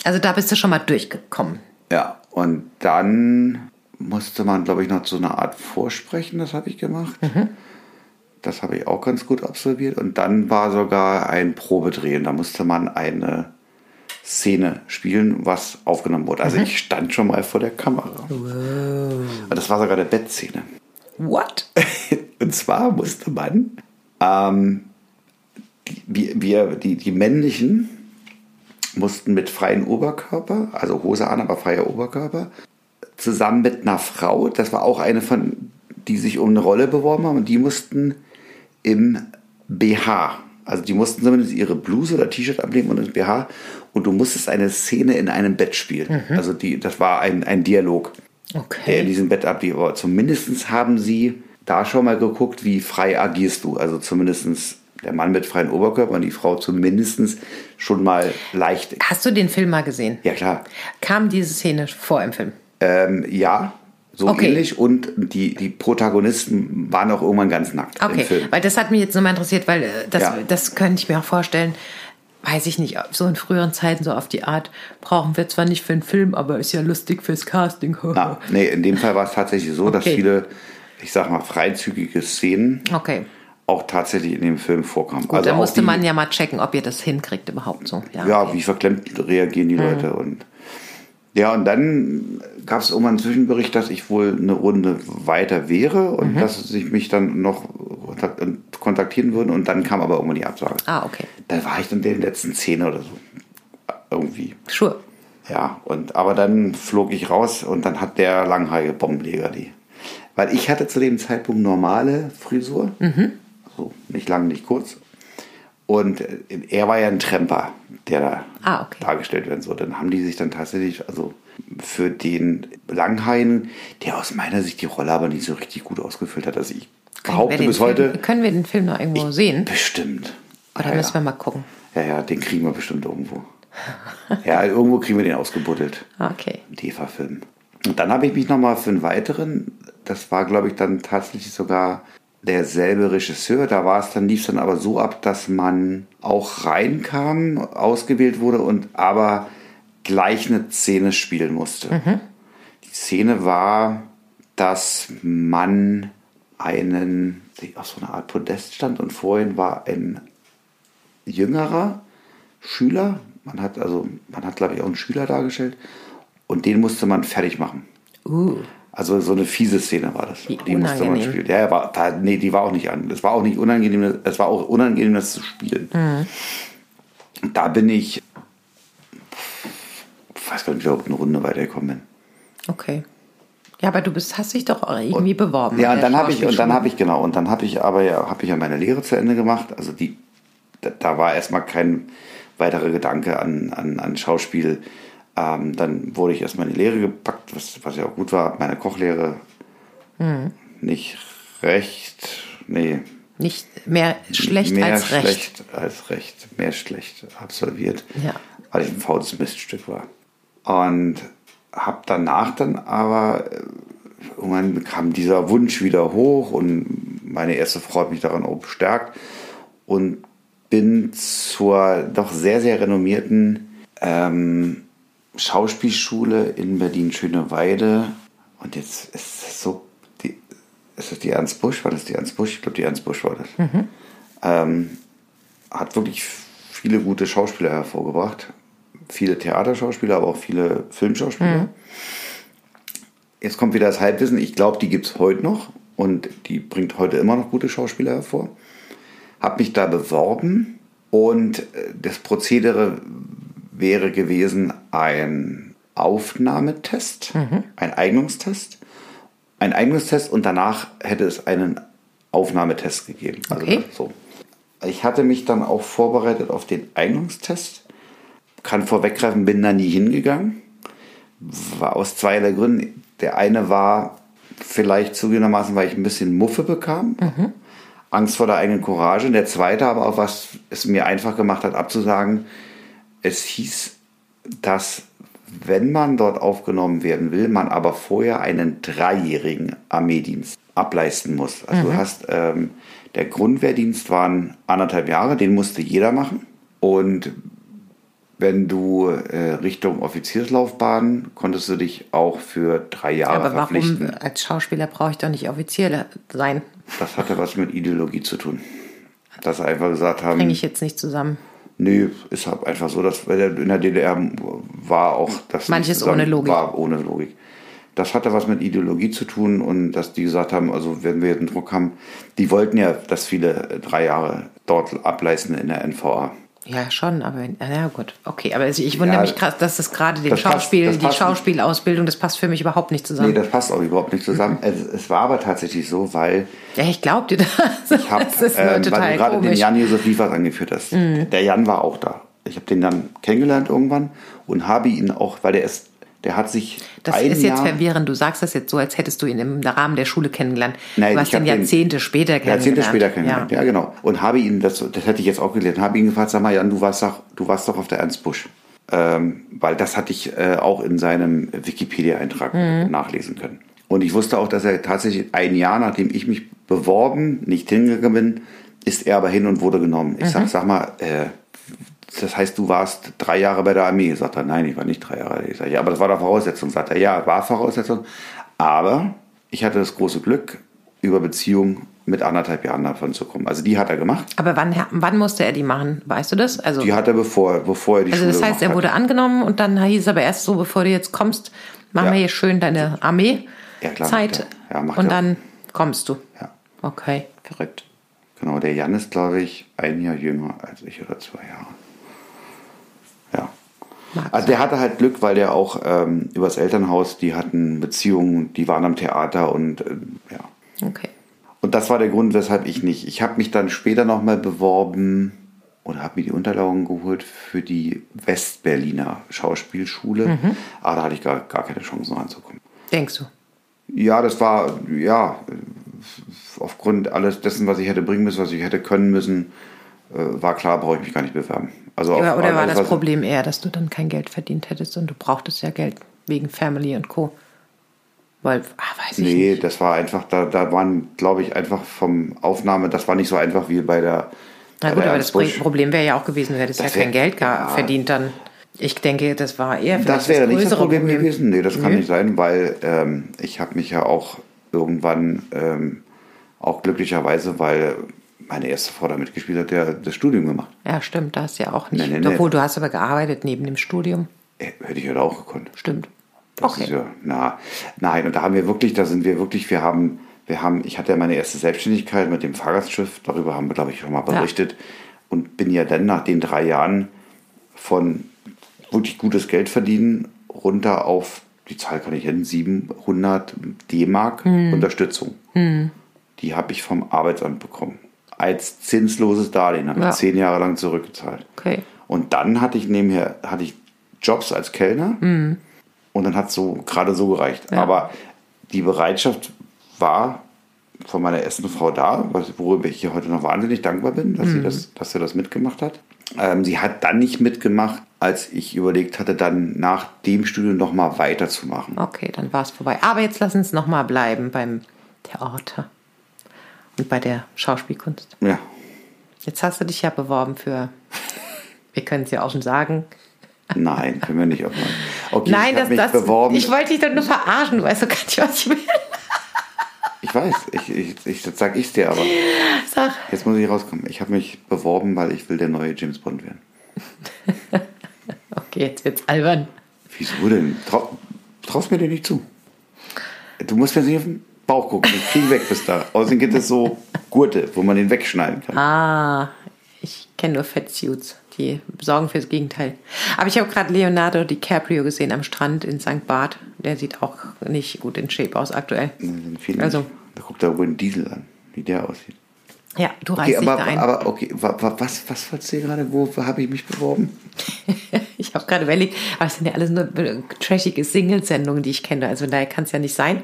[SPEAKER 2] Also da bist du schon mal durchgekommen.
[SPEAKER 1] Ja, und dann musste man, glaube ich, noch so eine Art Vorsprechen, das habe ich gemacht. Das habe ich auch ganz gut absolviert. Und dann war sogar ein Probedrehen. Da musste man eine Szene spielen, was aufgenommen wurde. Also ich stand schon mal vor der Kamera. Und Das war sogar eine Bettszene. [laughs]
[SPEAKER 2] What?
[SPEAKER 1] Und zwar musste man ähm, die, wir- wir, die, die männlichen mussten mit freiem Oberkörper, also Hose an, aber freier Oberkörper, zusammen mit einer Frau, das war auch eine von, die sich um eine Rolle beworben haben, und die mussten im BH, also die mussten zumindest ihre Bluse oder T-Shirt ablegen und ins BH, und du musstest eine Szene in einem Bett spielen. Also die, das war ein, ein Dialog der in
[SPEAKER 2] Okay.
[SPEAKER 1] diesem Bett ablief. Aber zumindest haben sie da schon mal geguckt, wie frei agierst du. Also zumindest der Mann mit freiem Oberkörper und die Frau zumindest schon mal leicht.
[SPEAKER 2] Hast du den Film mal gesehen?
[SPEAKER 1] Ja, klar.
[SPEAKER 2] Kam diese Szene vor im Film?
[SPEAKER 1] Ähm, ja, so
[SPEAKER 2] Okay.
[SPEAKER 1] ähnlich. Und die, die Protagonisten waren auch irgendwann ganz nackt im
[SPEAKER 2] Okay,
[SPEAKER 1] Film.
[SPEAKER 2] weil das hat mich jetzt nochmal interessiert, weil äh, das,
[SPEAKER 1] Ja.
[SPEAKER 2] das könnte ich mir auch vorstellen. Weiß ich nicht, ob so in früheren Zeiten so auf die Art brauchen wir zwar nicht für einen Film, aber ist ja lustig fürs Casting. [laughs]
[SPEAKER 1] Na, nee, in dem Fall war es tatsächlich so, dass
[SPEAKER 2] Okay.
[SPEAKER 1] viele, ich sag mal, freizügige Szenen
[SPEAKER 2] Okay,
[SPEAKER 1] auch tatsächlich in dem Film vorkamen.
[SPEAKER 2] gut, da
[SPEAKER 1] Also auch
[SPEAKER 2] musste
[SPEAKER 1] die-
[SPEAKER 2] man ja mal checken, ob ihr das hinkriegt überhaupt so. Ja,
[SPEAKER 1] ja,
[SPEAKER 2] okay. Hm.
[SPEAKER 1] wie verklemmt reagieren die Leute und ja, und dann gab es irgendwann einen Zwischenbericht, dass ich wohl eine Runde weiter wäre und
[SPEAKER 2] Mhm.
[SPEAKER 1] dass sie mich dann noch kontakt- kontaktieren würden und dann kam aber irgendwann die Absage.
[SPEAKER 2] Ah, okay.
[SPEAKER 1] Da war ich in den letzten Szene oder so. Irgendwie.
[SPEAKER 2] Sure.
[SPEAKER 1] Ja, und aber dann flog ich raus und dann hat der langhaarige Bombenleger die. Weil ich hatte zu dem Zeitpunkt normale Frisur.
[SPEAKER 2] Mhm.
[SPEAKER 1] So, nicht lang, nicht kurz. Und äh, er war ja ein Tremper, der da
[SPEAKER 2] Ah, okay.
[SPEAKER 1] dargestellt werden sollte. Dann haben die sich dann tatsächlich, also für den Langhain, der aus meiner Sicht die Rolle aber nicht so richtig gut ausgefüllt hat. Also ich
[SPEAKER 2] Können wir
[SPEAKER 1] behaupte
[SPEAKER 2] den
[SPEAKER 1] bis
[SPEAKER 2] Film,
[SPEAKER 1] heute,
[SPEAKER 2] Können wir den Film noch irgendwo sehen?
[SPEAKER 1] bestimmt.
[SPEAKER 2] Oder
[SPEAKER 1] ja,
[SPEAKER 2] müssen wir
[SPEAKER 1] ja.
[SPEAKER 2] mal gucken?
[SPEAKER 1] ja, ja, den kriegen wir bestimmt irgendwo. ja, irgendwo kriegen wir den ausgebuddelt.
[SPEAKER 2] Ah, Okay.
[SPEAKER 1] DEFA-Film. Und dann habe ich mich nochmal für einen weiteren, das war glaube ich dann tatsächlich sogar derselbe Regisseur, da war es dann, lief es dann aber so ab, dass man auch reinkam, ausgewählt wurde und aber gleich eine Szene spielen musste. Die Szene war, dass man einen, auf so einer Art Podest stand und vorhin war ein jüngerer Schüler. Man hat also, man hat glaube ich auch einen Schüler dargestellt und den musste man fertig machen.
[SPEAKER 2] Uh,
[SPEAKER 1] Also so eine fiese Szene war das.
[SPEAKER 2] Wie
[SPEAKER 1] die musste man
[SPEAKER 2] unangenehm.
[SPEAKER 1] spielen. Ja, ja, war, da, nee, die war auch nicht an. Es war auch nicht unangenehm, es war auch unangenehm, das zu spielen.
[SPEAKER 2] Mhm.
[SPEAKER 1] Und Da bin ich, ich weiß gar nicht, ob ich eine Runde weitergekommen bin.
[SPEAKER 2] okay. Ja, aber du bist, hast dich doch irgendwie beworben.
[SPEAKER 1] Ja,
[SPEAKER 2] an
[SPEAKER 1] und
[SPEAKER 2] der
[SPEAKER 1] dann habe ich, und dann
[SPEAKER 2] Schauspielschule.
[SPEAKER 1] habe ich, genau, und dann habe ich aber ja, habe ich ja meine Lehre zu Ende gemacht. Also die, da, da war erstmal kein weiterer Gedanke an, an, an Schauspiel. Ähm, dann wurde ich erstmal in die Lehre gepackt, was, was ja auch gut war, Hab meine Kochlehre nicht recht, nee,
[SPEAKER 2] Nicht mehr schlecht
[SPEAKER 1] mehr
[SPEAKER 2] als recht.
[SPEAKER 1] schlecht als recht, mehr schlecht absolviert,
[SPEAKER 2] Ja.
[SPEAKER 1] weil ich ein faules Miststück war. Und habe danach dann aber äh, irgendwann kam dieser Wunsch wieder hoch und meine erste Frau hat mich daran auch bestärkt und bin zur doch sehr, sehr renommierten ähm, Schauspielschule in Berlin-Schöneweide. Und jetzt ist es so, die, ist das die Ernst Busch? War das die Ernst Busch? Ich glaube, die Ernst Busch war das. Ähm, hat wirklich viele gute Schauspieler hervorgebracht. Viele Theaterschauspieler, aber auch viele Filmschauspieler. Jetzt kommt wieder das Halbwissen. Ich glaube, die gibt es heute noch. und die bringt heute immer noch gute Schauspieler hervor. Habe mich da beworben und äh, das Prozedere wäre gewesen ein Aufnahmetest, ein Eignungstest, ein Eignungstest und danach hätte es einen Aufnahmetest gegeben. Also
[SPEAKER 2] Okay.
[SPEAKER 1] so. Ich hatte mich dann auch vorbereitet auf den Eignungstest. Kann vorweggreifen, bin da nie hingegangen. War aus zweierlei Gründen. Der eine war vielleicht zugegebenermaßen, weil ich ein bisschen Muffe bekam. Angst vor der eigenen Courage. Der zweite aber auch, was es mir einfach gemacht hat, abzusagen, es hieß, dass wenn man dort aufgenommen werden will, man aber vorher einen dreijährigen Armeedienst ableisten muss. Also
[SPEAKER 2] Mhm.
[SPEAKER 1] du hast, ähm, der Grundwehrdienst waren anderthalb Jahre, den musste jeder machen. Und wenn du äh, Richtung Offizierslaufbahn, konntest du dich auch für drei Jahre
[SPEAKER 2] Aber
[SPEAKER 1] verpflichten.
[SPEAKER 2] warum äh, als Schauspieler brauche ich doch nicht offiziell sein?
[SPEAKER 1] Das hatte was mit Ideologie zu tun. Dass sie einfach gesagt haben,
[SPEAKER 2] Bringe ich jetzt nicht zusammen.
[SPEAKER 1] Nee, ist halt einfach so, dass weil in der DDR war auch das
[SPEAKER 2] Manches
[SPEAKER 1] nicht zusammen-
[SPEAKER 2] ohne Logik.
[SPEAKER 1] War ohne Logik. Das hatte was mit Ideologie zu tun und dass die gesagt haben, also wenn wir jetzt einen Druck haben, die wollten ja, dass viele drei Jahre dort ableisten in der NVA.
[SPEAKER 2] Ja, schon, aber wenn- ja gut, okay. Aber also ich wundere
[SPEAKER 1] Ja,
[SPEAKER 2] mich krass, dass das gerade dem
[SPEAKER 1] das passt-
[SPEAKER 2] Schauspiel,
[SPEAKER 1] das
[SPEAKER 2] die
[SPEAKER 1] passt-
[SPEAKER 2] Schauspielausbildung, das passt für mich überhaupt nicht
[SPEAKER 1] Nee,
[SPEAKER 2] zusammen.
[SPEAKER 1] das passt auch überhaupt nicht zusammen. Es, es war aber tatsächlich so, weil
[SPEAKER 2] ja, ich glaube dir das.
[SPEAKER 1] [laughs] Ich habe,
[SPEAKER 2] [laughs] das ist nur
[SPEAKER 1] ähm, weil du
[SPEAKER 2] total
[SPEAKER 1] gerade den
[SPEAKER 2] komisch. Mhm.
[SPEAKER 1] Jan Josef Liefers angeführt hast. Der Jan war auch da. Ich habe den dann kennengelernt irgendwann und habe ihn auch, weil der ist, der hat sich
[SPEAKER 2] Das
[SPEAKER 1] ein
[SPEAKER 2] ist jetzt
[SPEAKER 1] Jahr,
[SPEAKER 2] verwirrend. Du sagst das jetzt so, als hättest du ihn im Rahmen der Schule kennengelernt.
[SPEAKER 1] Nein,
[SPEAKER 2] du
[SPEAKER 1] ich
[SPEAKER 2] hast ihn
[SPEAKER 1] hab den-
[SPEAKER 2] Jahrzehnte später kennengelernt.
[SPEAKER 1] Jahrzehnte später kennengelernt.
[SPEAKER 2] Ja.
[SPEAKER 1] Ja. genau. Und habe ihn, das, das hätte ich jetzt auch gelernt, habe ihn gefragt, sag mal, Jan, du warst doch, du warst doch auf der Ernst Busch. Ähm, weil das hatte ich äh, auch in seinem Wikipedia-Eintrag nachlesen können. Und ich wusste auch, dass er tatsächlich ein Jahr, nachdem ich mich beworben, nicht hingegangen bin, ist er aber hin und wurde genommen. Ich sag, sag mal, äh, das heißt, du warst drei Jahre bei der Armee. Sagt er, nein, ich war nicht drei Jahre. Ich sage, ja, aber das war doch Voraussetzung. Sagt er, ja, war Voraussetzung. Aber ich hatte das große Glück, über Beziehung mit anderthalb Jahren davon zu kommen. Also die hat er gemacht.
[SPEAKER 2] Aber wann, wann musste er die machen? Weißt du das? Also,
[SPEAKER 1] Die hat er, bevor, bevor er die
[SPEAKER 2] also
[SPEAKER 1] Schule
[SPEAKER 2] das heißt, er
[SPEAKER 1] gemacht
[SPEAKER 2] wurde angenommen und dann hieß es aber erst so, bevor du jetzt kommst, mach
[SPEAKER 1] Ja.
[SPEAKER 2] mal hier schön deine Armee.
[SPEAKER 1] Ja, klar,
[SPEAKER 2] Zeit.
[SPEAKER 1] macht er. Ja, macht
[SPEAKER 2] und
[SPEAKER 1] er.
[SPEAKER 2] dann kommst du.
[SPEAKER 1] hat. Ja.
[SPEAKER 2] Okay, verrückt.
[SPEAKER 1] Genau, der Jan ist, glaube ich, ein Jahr jünger als ich oder zwei Jahre. Ja. Also der hatte halt Glück, weil der auch ähm, übers Elternhaus, die hatten Beziehungen, die waren am Theater und ähm, ja.
[SPEAKER 2] Okay.
[SPEAKER 1] Und das war der Grund, weshalb ich nicht. Ich habe mich dann später nochmal beworben oder habe mir die Unterlagen geholt für die Westberliner Schauspielschule.
[SPEAKER 2] Mhm.
[SPEAKER 1] Aber da hatte ich gar, gar keine Chance noch anzukommen.
[SPEAKER 2] Denkst du?
[SPEAKER 1] Ja, das war, ja, aufgrund alles dessen, was ich hätte bringen müssen, was ich hätte können müssen, äh, war klar, brauche ich mich gar nicht bewerben. Also auf-
[SPEAKER 2] Oder, oder war
[SPEAKER 1] alles,
[SPEAKER 2] das
[SPEAKER 1] was-
[SPEAKER 2] Problem eher, dass du dann kein Geld verdient hättest und du brauchtest ja Geld wegen Family und Co. Weil, ah, weiß ich
[SPEAKER 1] Nee,
[SPEAKER 2] nicht.
[SPEAKER 1] das war einfach, da, da waren, glaube ich, einfach vom Aufnahme, das war nicht so einfach wie bei der. bei
[SPEAKER 2] Na gut,
[SPEAKER 1] der
[SPEAKER 2] aber
[SPEAKER 1] Ernst
[SPEAKER 2] das
[SPEAKER 1] Busch.
[SPEAKER 2] Problem wäre ja auch gewesen, du hättest
[SPEAKER 1] Das
[SPEAKER 2] ja
[SPEAKER 1] wär-
[SPEAKER 2] kein Geld gar
[SPEAKER 1] ja.
[SPEAKER 2] verdient dann. Ich denke, das war eher vielleicht
[SPEAKER 1] Das wäre nicht das
[SPEAKER 2] größere
[SPEAKER 1] Problem, gewesen. Nee, das kann
[SPEAKER 2] Nö.
[SPEAKER 1] nicht sein, weil ähm, ich habe mich ja auch irgendwann, ähm, auch glücklicherweise, weil meine erste Frau da mitgespielt hat, der das Studium gemacht.
[SPEAKER 2] Ja, stimmt, da hast du ja auch nicht.
[SPEAKER 1] Nee, nee, nee.
[SPEAKER 2] Obwohl, du hast aber gearbeitet neben dem Studium.
[SPEAKER 1] Äh, Hätte ich heute auch gekonnt.
[SPEAKER 2] Stimmt.
[SPEAKER 1] Das
[SPEAKER 2] Okay.
[SPEAKER 1] ist ja, na, nein, und da haben wir wirklich, da sind wir wirklich, wir haben, wir haben, ich hatte ja meine erste Selbstständigkeit mit dem Fahrgastschiff, darüber haben wir, glaube ich, schon mal berichtet. Und bin ja dann nach den drei Jahren von wirklich gutes Geld verdienen runter auf, die Zahl kann ich hin, 700 D-Mark
[SPEAKER 2] Hm.
[SPEAKER 1] Unterstützung. Die habe ich vom Arbeitsamt bekommen. Als zinsloses Darlehen, habe
[SPEAKER 2] Ja.
[SPEAKER 1] ich zehn Jahre lang zurückgezahlt.
[SPEAKER 2] Okay.
[SPEAKER 1] Und dann hatte ich nebenher hatte ich Jobs als Kellner
[SPEAKER 2] Mhm.
[SPEAKER 1] und dann hat es so, gerade so gereicht. Aber die Bereitschaft war von meiner ersten Frau da, was- worüber ich hier heute noch wahnsinnig dankbar bin, dass,
[SPEAKER 2] Mhm.
[SPEAKER 1] sie, das, dass sie das mitgemacht hat. Ähm, sie hat dann nicht mitgemacht, als ich überlegt hatte, dann nach dem Studium nochmal weiterzumachen.
[SPEAKER 2] Okay, dann war es vorbei. Aber jetzt lass uns nochmal bleiben beim Theater und bei der Schauspielkunst.
[SPEAKER 1] Ja.
[SPEAKER 2] Jetzt hast du dich ja
[SPEAKER 1] [laughs]
[SPEAKER 2] beworben für, wir können es ja auch schon sagen.
[SPEAKER 1] Nein, können wir nicht aufmachen. Okay,
[SPEAKER 2] Nein,
[SPEAKER 1] ich habe
[SPEAKER 2] das,
[SPEAKER 1] mich
[SPEAKER 2] das,
[SPEAKER 1] beworben.
[SPEAKER 2] ich wollte dich doch nur verarschen, weißt du gar nicht, was ich will. [laughs]
[SPEAKER 1] ich weiß, ich, ich, ich, das sag ich dir aber.
[SPEAKER 2] Sag,
[SPEAKER 1] Jetzt muss ich rauskommen. Ich habe mich beworben, weil ich will der neue James Bond werden.
[SPEAKER 2] okay, jetzt wird's albern.
[SPEAKER 1] Wieso denn? Trau, traust mir dir nicht zu. Du musst mir nicht auf den Bauchgucken, den krieg ich weg bis da. Außerdem gibt es so Gurte, wo man den wegschneiden kann.
[SPEAKER 2] Ah, ich kenne nur Fettsuits. Die sorgen fürs Gegenteil. Aber ich habe gerade Leonardo DiCaprio gesehen am Strand in St. Barth. Der sieht auch nicht gut in Shape aus aktuell.
[SPEAKER 1] Viele
[SPEAKER 2] Also.
[SPEAKER 1] Menschen. Da guckt er Win Diesel an, wie der aussieht.
[SPEAKER 2] Ja, du
[SPEAKER 1] Okay,
[SPEAKER 2] reißt dich
[SPEAKER 1] aber,
[SPEAKER 2] da ein.
[SPEAKER 1] aber okay, wa, wa, was, was wolltest du gerade? Wo, wo habe ich mich beworben?
[SPEAKER 2] [laughs] ich habe gerade überlegt, aber es sind ja alles nur äh, trashige Single-Sendungen, die ich kenne. Also von daher kann es ja nicht sein.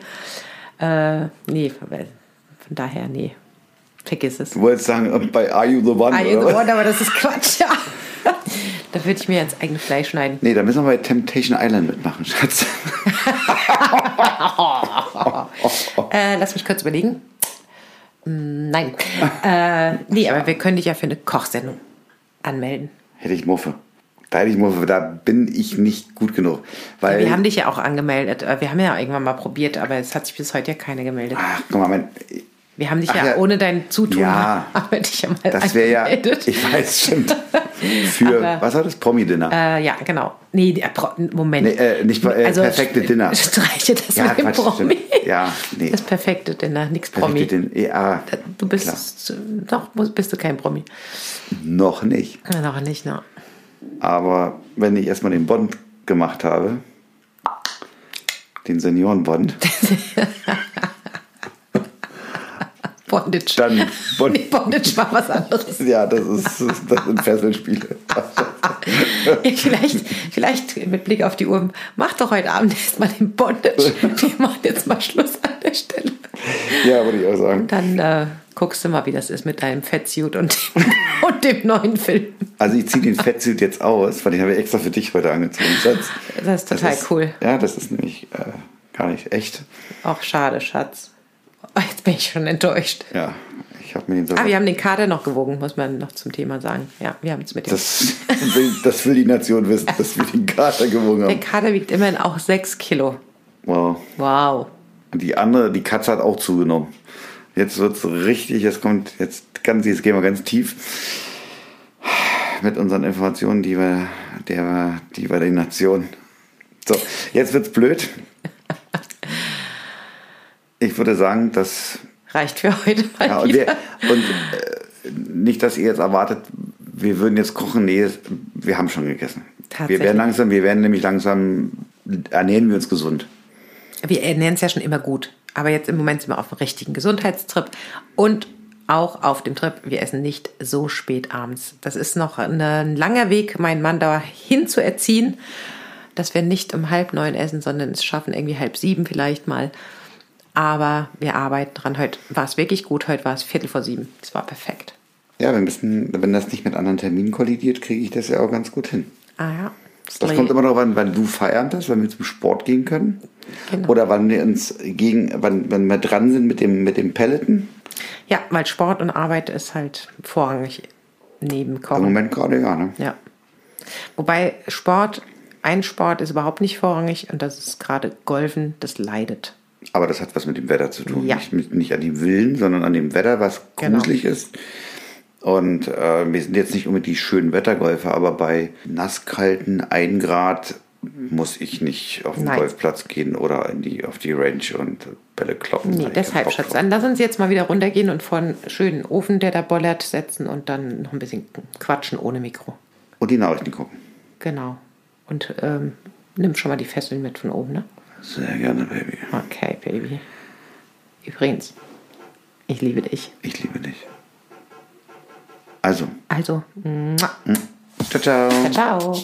[SPEAKER 2] Äh, nee, von von daher, nee. Vergiss
[SPEAKER 1] [laughs]
[SPEAKER 2] es.
[SPEAKER 1] Du wolltest sagen, äh, bei Are You the One?
[SPEAKER 2] Are you
[SPEAKER 1] oder
[SPEAKER 2] the
[SPEAKER 1] was?
[SPEAKER 2] one? Aber das ist Quatsch, ja. [laughs] da würde ich mir ins eigene Fleisch schneiden.
[SPEAKER 1] Nee, da müssen wir bei Temptation Island mitmachen, Schatz. [laughs]
[SPEAKER 2] Äh, lass mich kurz überlegen. Mm, Nein. äh, nee, aber wir können dich ja für eine Kochsendung anmelden.
[SPEAKER 1] Hätte ich Muffe. Da hätte ich Muffe, da bin ich nicht gut genug. Weil,
[SPEAKER 2] Wir haben dich ja auch angemeldet. Äh, Wir haben ja irgendwann mal probiert, aber es hat sich bis heute ja keine gemeldet.
[SPEAKER 1] ach, guck mal, mein,
[SPEAKER 2] Wir haben dich
[SPEAKER 1] Ach
[SPEAKER 2] ja,
[SPEAKER 1] ja.
[SPEAKER 2] ohne dein Zutun
[SPEAKER 1] Ja.
[SPEAKER 2] [laughs] haben wir dich ja mal
[SPEAKER 1] das wäre ja,
[SPEAKER 2] angemeldet.
[SPEAKER 1] ich weiß,
[SPEAKER 2] [laughs]
[SPEAKER 1] stimmt. Für,
[SPEAKER 2] Also Aber-
[SPEAKER 1] was war das? Promi-Dinner.
[SPEAKER 2] Äh, ja, genau. Nee, der Pro Moment. Also,
[SPEAKER 1] Nee, äh, nicht bei- äh, perfekte Dinner.
[SPEAKER 2] Streiche das
[SPEAKER 1] Ja,
[SPEAKER 2] mit dem
[SPEAKER 1] Quatsch,
[SPEAKER 2] Promi.
[SPEAKER 1] stimmt. Ja, nee.
[SPEAKER 2] Das perfekte Dinner, nichts Promi. Äh,
[SPEAKER 1] Perfekte Din- ja,
[SPEAKER 2] Du
[SPEAKER 1] klar.
[SPEAKER 2] bist, doch, musst- bist du kein Promi.
[SPEAKER 1] Noch nicht.
[SPEAKER 2] Ja, Noch nicht, ne?
[SPEAKER 1] Aber wenn ich erstmal den Bond gemacht habe, den
[SPEAKER 2] [laughs]
[SPEAKER 1] Seniorenbond,
[SPEAKER 2] Bondage.
[SPEAKER 1] dann Bond.
[SPEAKER 2] Nee, [laughs] Bondage war was
[SPEAKER 1] [laughs]
[SPEAKER 2] anderes.
[SPEAKER 1] Ja, das ist das sind Fesselspiele. [laughs]
[SPEAKER 2] Ja, vielleicht, vielleicht mit Blick auf die Uhr, mach doch heute Abend erstmal
[SPEAKER 1] [laughs]
[SPEAKER 2] den Bondage. Wir machen jetzt mal Schluss an der Stelle.
[SPEAKER 1] Ja, würde ich auch sagen.
[SPEAKER 2] Dann äh, guckst du mal, wie das ist mit deinem Fettsuit und dem, [laughs] und dem neuen Film.
[SPEAKER 1] Also ich ziehe den Fettsuit jetzt aus, weil den habe ich extra für dich heute angezogen. Schatz.
[SPEAKER 2] Das ist total cool.
[SPEAKER 1] Ja, das ist nämlich äh, gar nicht echt.
[SPEAKER 2] Auch schade, Schatz. Oh, Jetzt bin ich schon enttäuscht.
[SPEAKER 1] Ja, ich habe mir den so.
[SPEAKER 2] Aber wir haben den Kader noch gewogen, muss man noch zum Thema sagen. Ja, wir haben es mit dem.
[SPEAKER 1] das, will, das will die Nation wissen, dass wir den Kater gewogen
[SPEAKER 2] [laughs] Der
[SPEAKER 1] haben.
[SPEAKER 2] Kader wiegt immerhin auch 6 Kilo.
[SPEAKER 1] Wow.
[SPEAKER 2] Wow.
[SPEAKER 1] Und die andere, die Katze hat auch zugenommen. Jetzt wird's richtig, jetzt kommt, jetzt ganz, jetzt gehen wir ganz tief mit unseren Informationen, die wir, der, wir- die wir der Nation. So, jetzt wird's blöd. Ich würde sagen, dass
[SPEAKER 2] Reicht für heute mal
[SPEAKER 1] ja, und,
[SPEAKER 2] wieder.
[SPEAKER 1] wir, und äh, nicht, dass ihr jetzt erwartet, wir würden jetzt kochen. Nee, es- wir haben schon gegessen. Wir
[SPEAKER 2] Tatsächlich.
[SPEAKER 1] werden langsam, wir werden nämlich langsam ernähren wir uns gesund.
[SPEAKER 2] Wir ernähren es ja schon immer gut. Aber jetzt im Moment sind wir auf dem richtigen Gesundheitstrip und auch auf dem Trip, wir essen nicht so spät abends. Das ist noch ein, ein langer Weg, meinen Mann da hinzuerziehen, dass wir nicht um halb neun essen, sondern es schaffen irgendwie halb sieben vielleicht mal. Aber wir arbeiten dran. Heute war es wirklich gut, heute war es viertel vor sieben. Es war perfekt.
[SPEAKER 1] Ja, wir müssen, wenn das nicht mit anderen Terminen kollidiert, kriege ich das ja auch ganz gut hin.
[SPEAKER 2] Ah ja.
[SPEAKER 1] Das kommt immer darauf an, wann du Feierabend hast, wann wir zum Sport gehen können.
[SPEAKER 2] Genau.
[SPEAKER 1] Oder wann wir uns gegen, wann, wenn wir dran sind mit dem, mit dem Pelleten.
[SPEAKER 2] ja, weil Sport und Arbeit ist halt vorrangig neben
[SPEAKER 1] Im
[SPEAKER 2] Kochen.
[SPEAKER 1] Moment gerade ja, ne?
[SPEAKER 2] Ja. Wobei Sport, ein Sport ist überhaupt nicht vorrangig und das ist gerade Golfen, das leidet.
[SPEAKER 1] Aber das hat was mit dem Wetter zu tun.
[SPEAKER 2] Ja.
[SPEAKER 1] Nicht, mit, nicht an dem Willen, sondern an dem Wetter, was
[SPEAKER 2] Genau.
[SPEAKER 1] gruselig ist. Und äh, wir sind jetzt nicht unbedingt die schönen Wettergolfer, aber bei nasskalten 1 Grad muss ich nicht auf den
[SPEAKER 2] Nein.
[SPEAKER 1] Golfplatz gehen oder in die, auf die Range und Bälle kloppen. Da
[SPEAKER 2] Nee,
[SPEAKER 1] hab ich keinen
[SPEAKER 2] deshalb,
[SPEAKER 1] Bock
[SPEAKER 2] Schatz,
[SPEAKER 1] drauf.
[SPEAKER 2] dann lass uns jetzt mal wieder runtergehen und vor einen schönen Ofen, der da bollert, setzen und dann noch ein bisschen quatschen ohne Mikro.
[SPEAKER 1] Und die Nachrichten gucken.
[SPEAKER 2] Genau. Und ähm, nimm schon mal die Fesseln mit von oben, ne?
[SPEAKER 1] Sehr gerne, Baby.
[SPEAKER 2] Okay, Baby. Übrigens, ich liebe dich.
[SPEAKER 1] Ich liebe dich. Also,
[SPEAKER 2] Also, mua.
[SPEAKER 1] ciao, ciao.
[SPEAKER 2] ciao.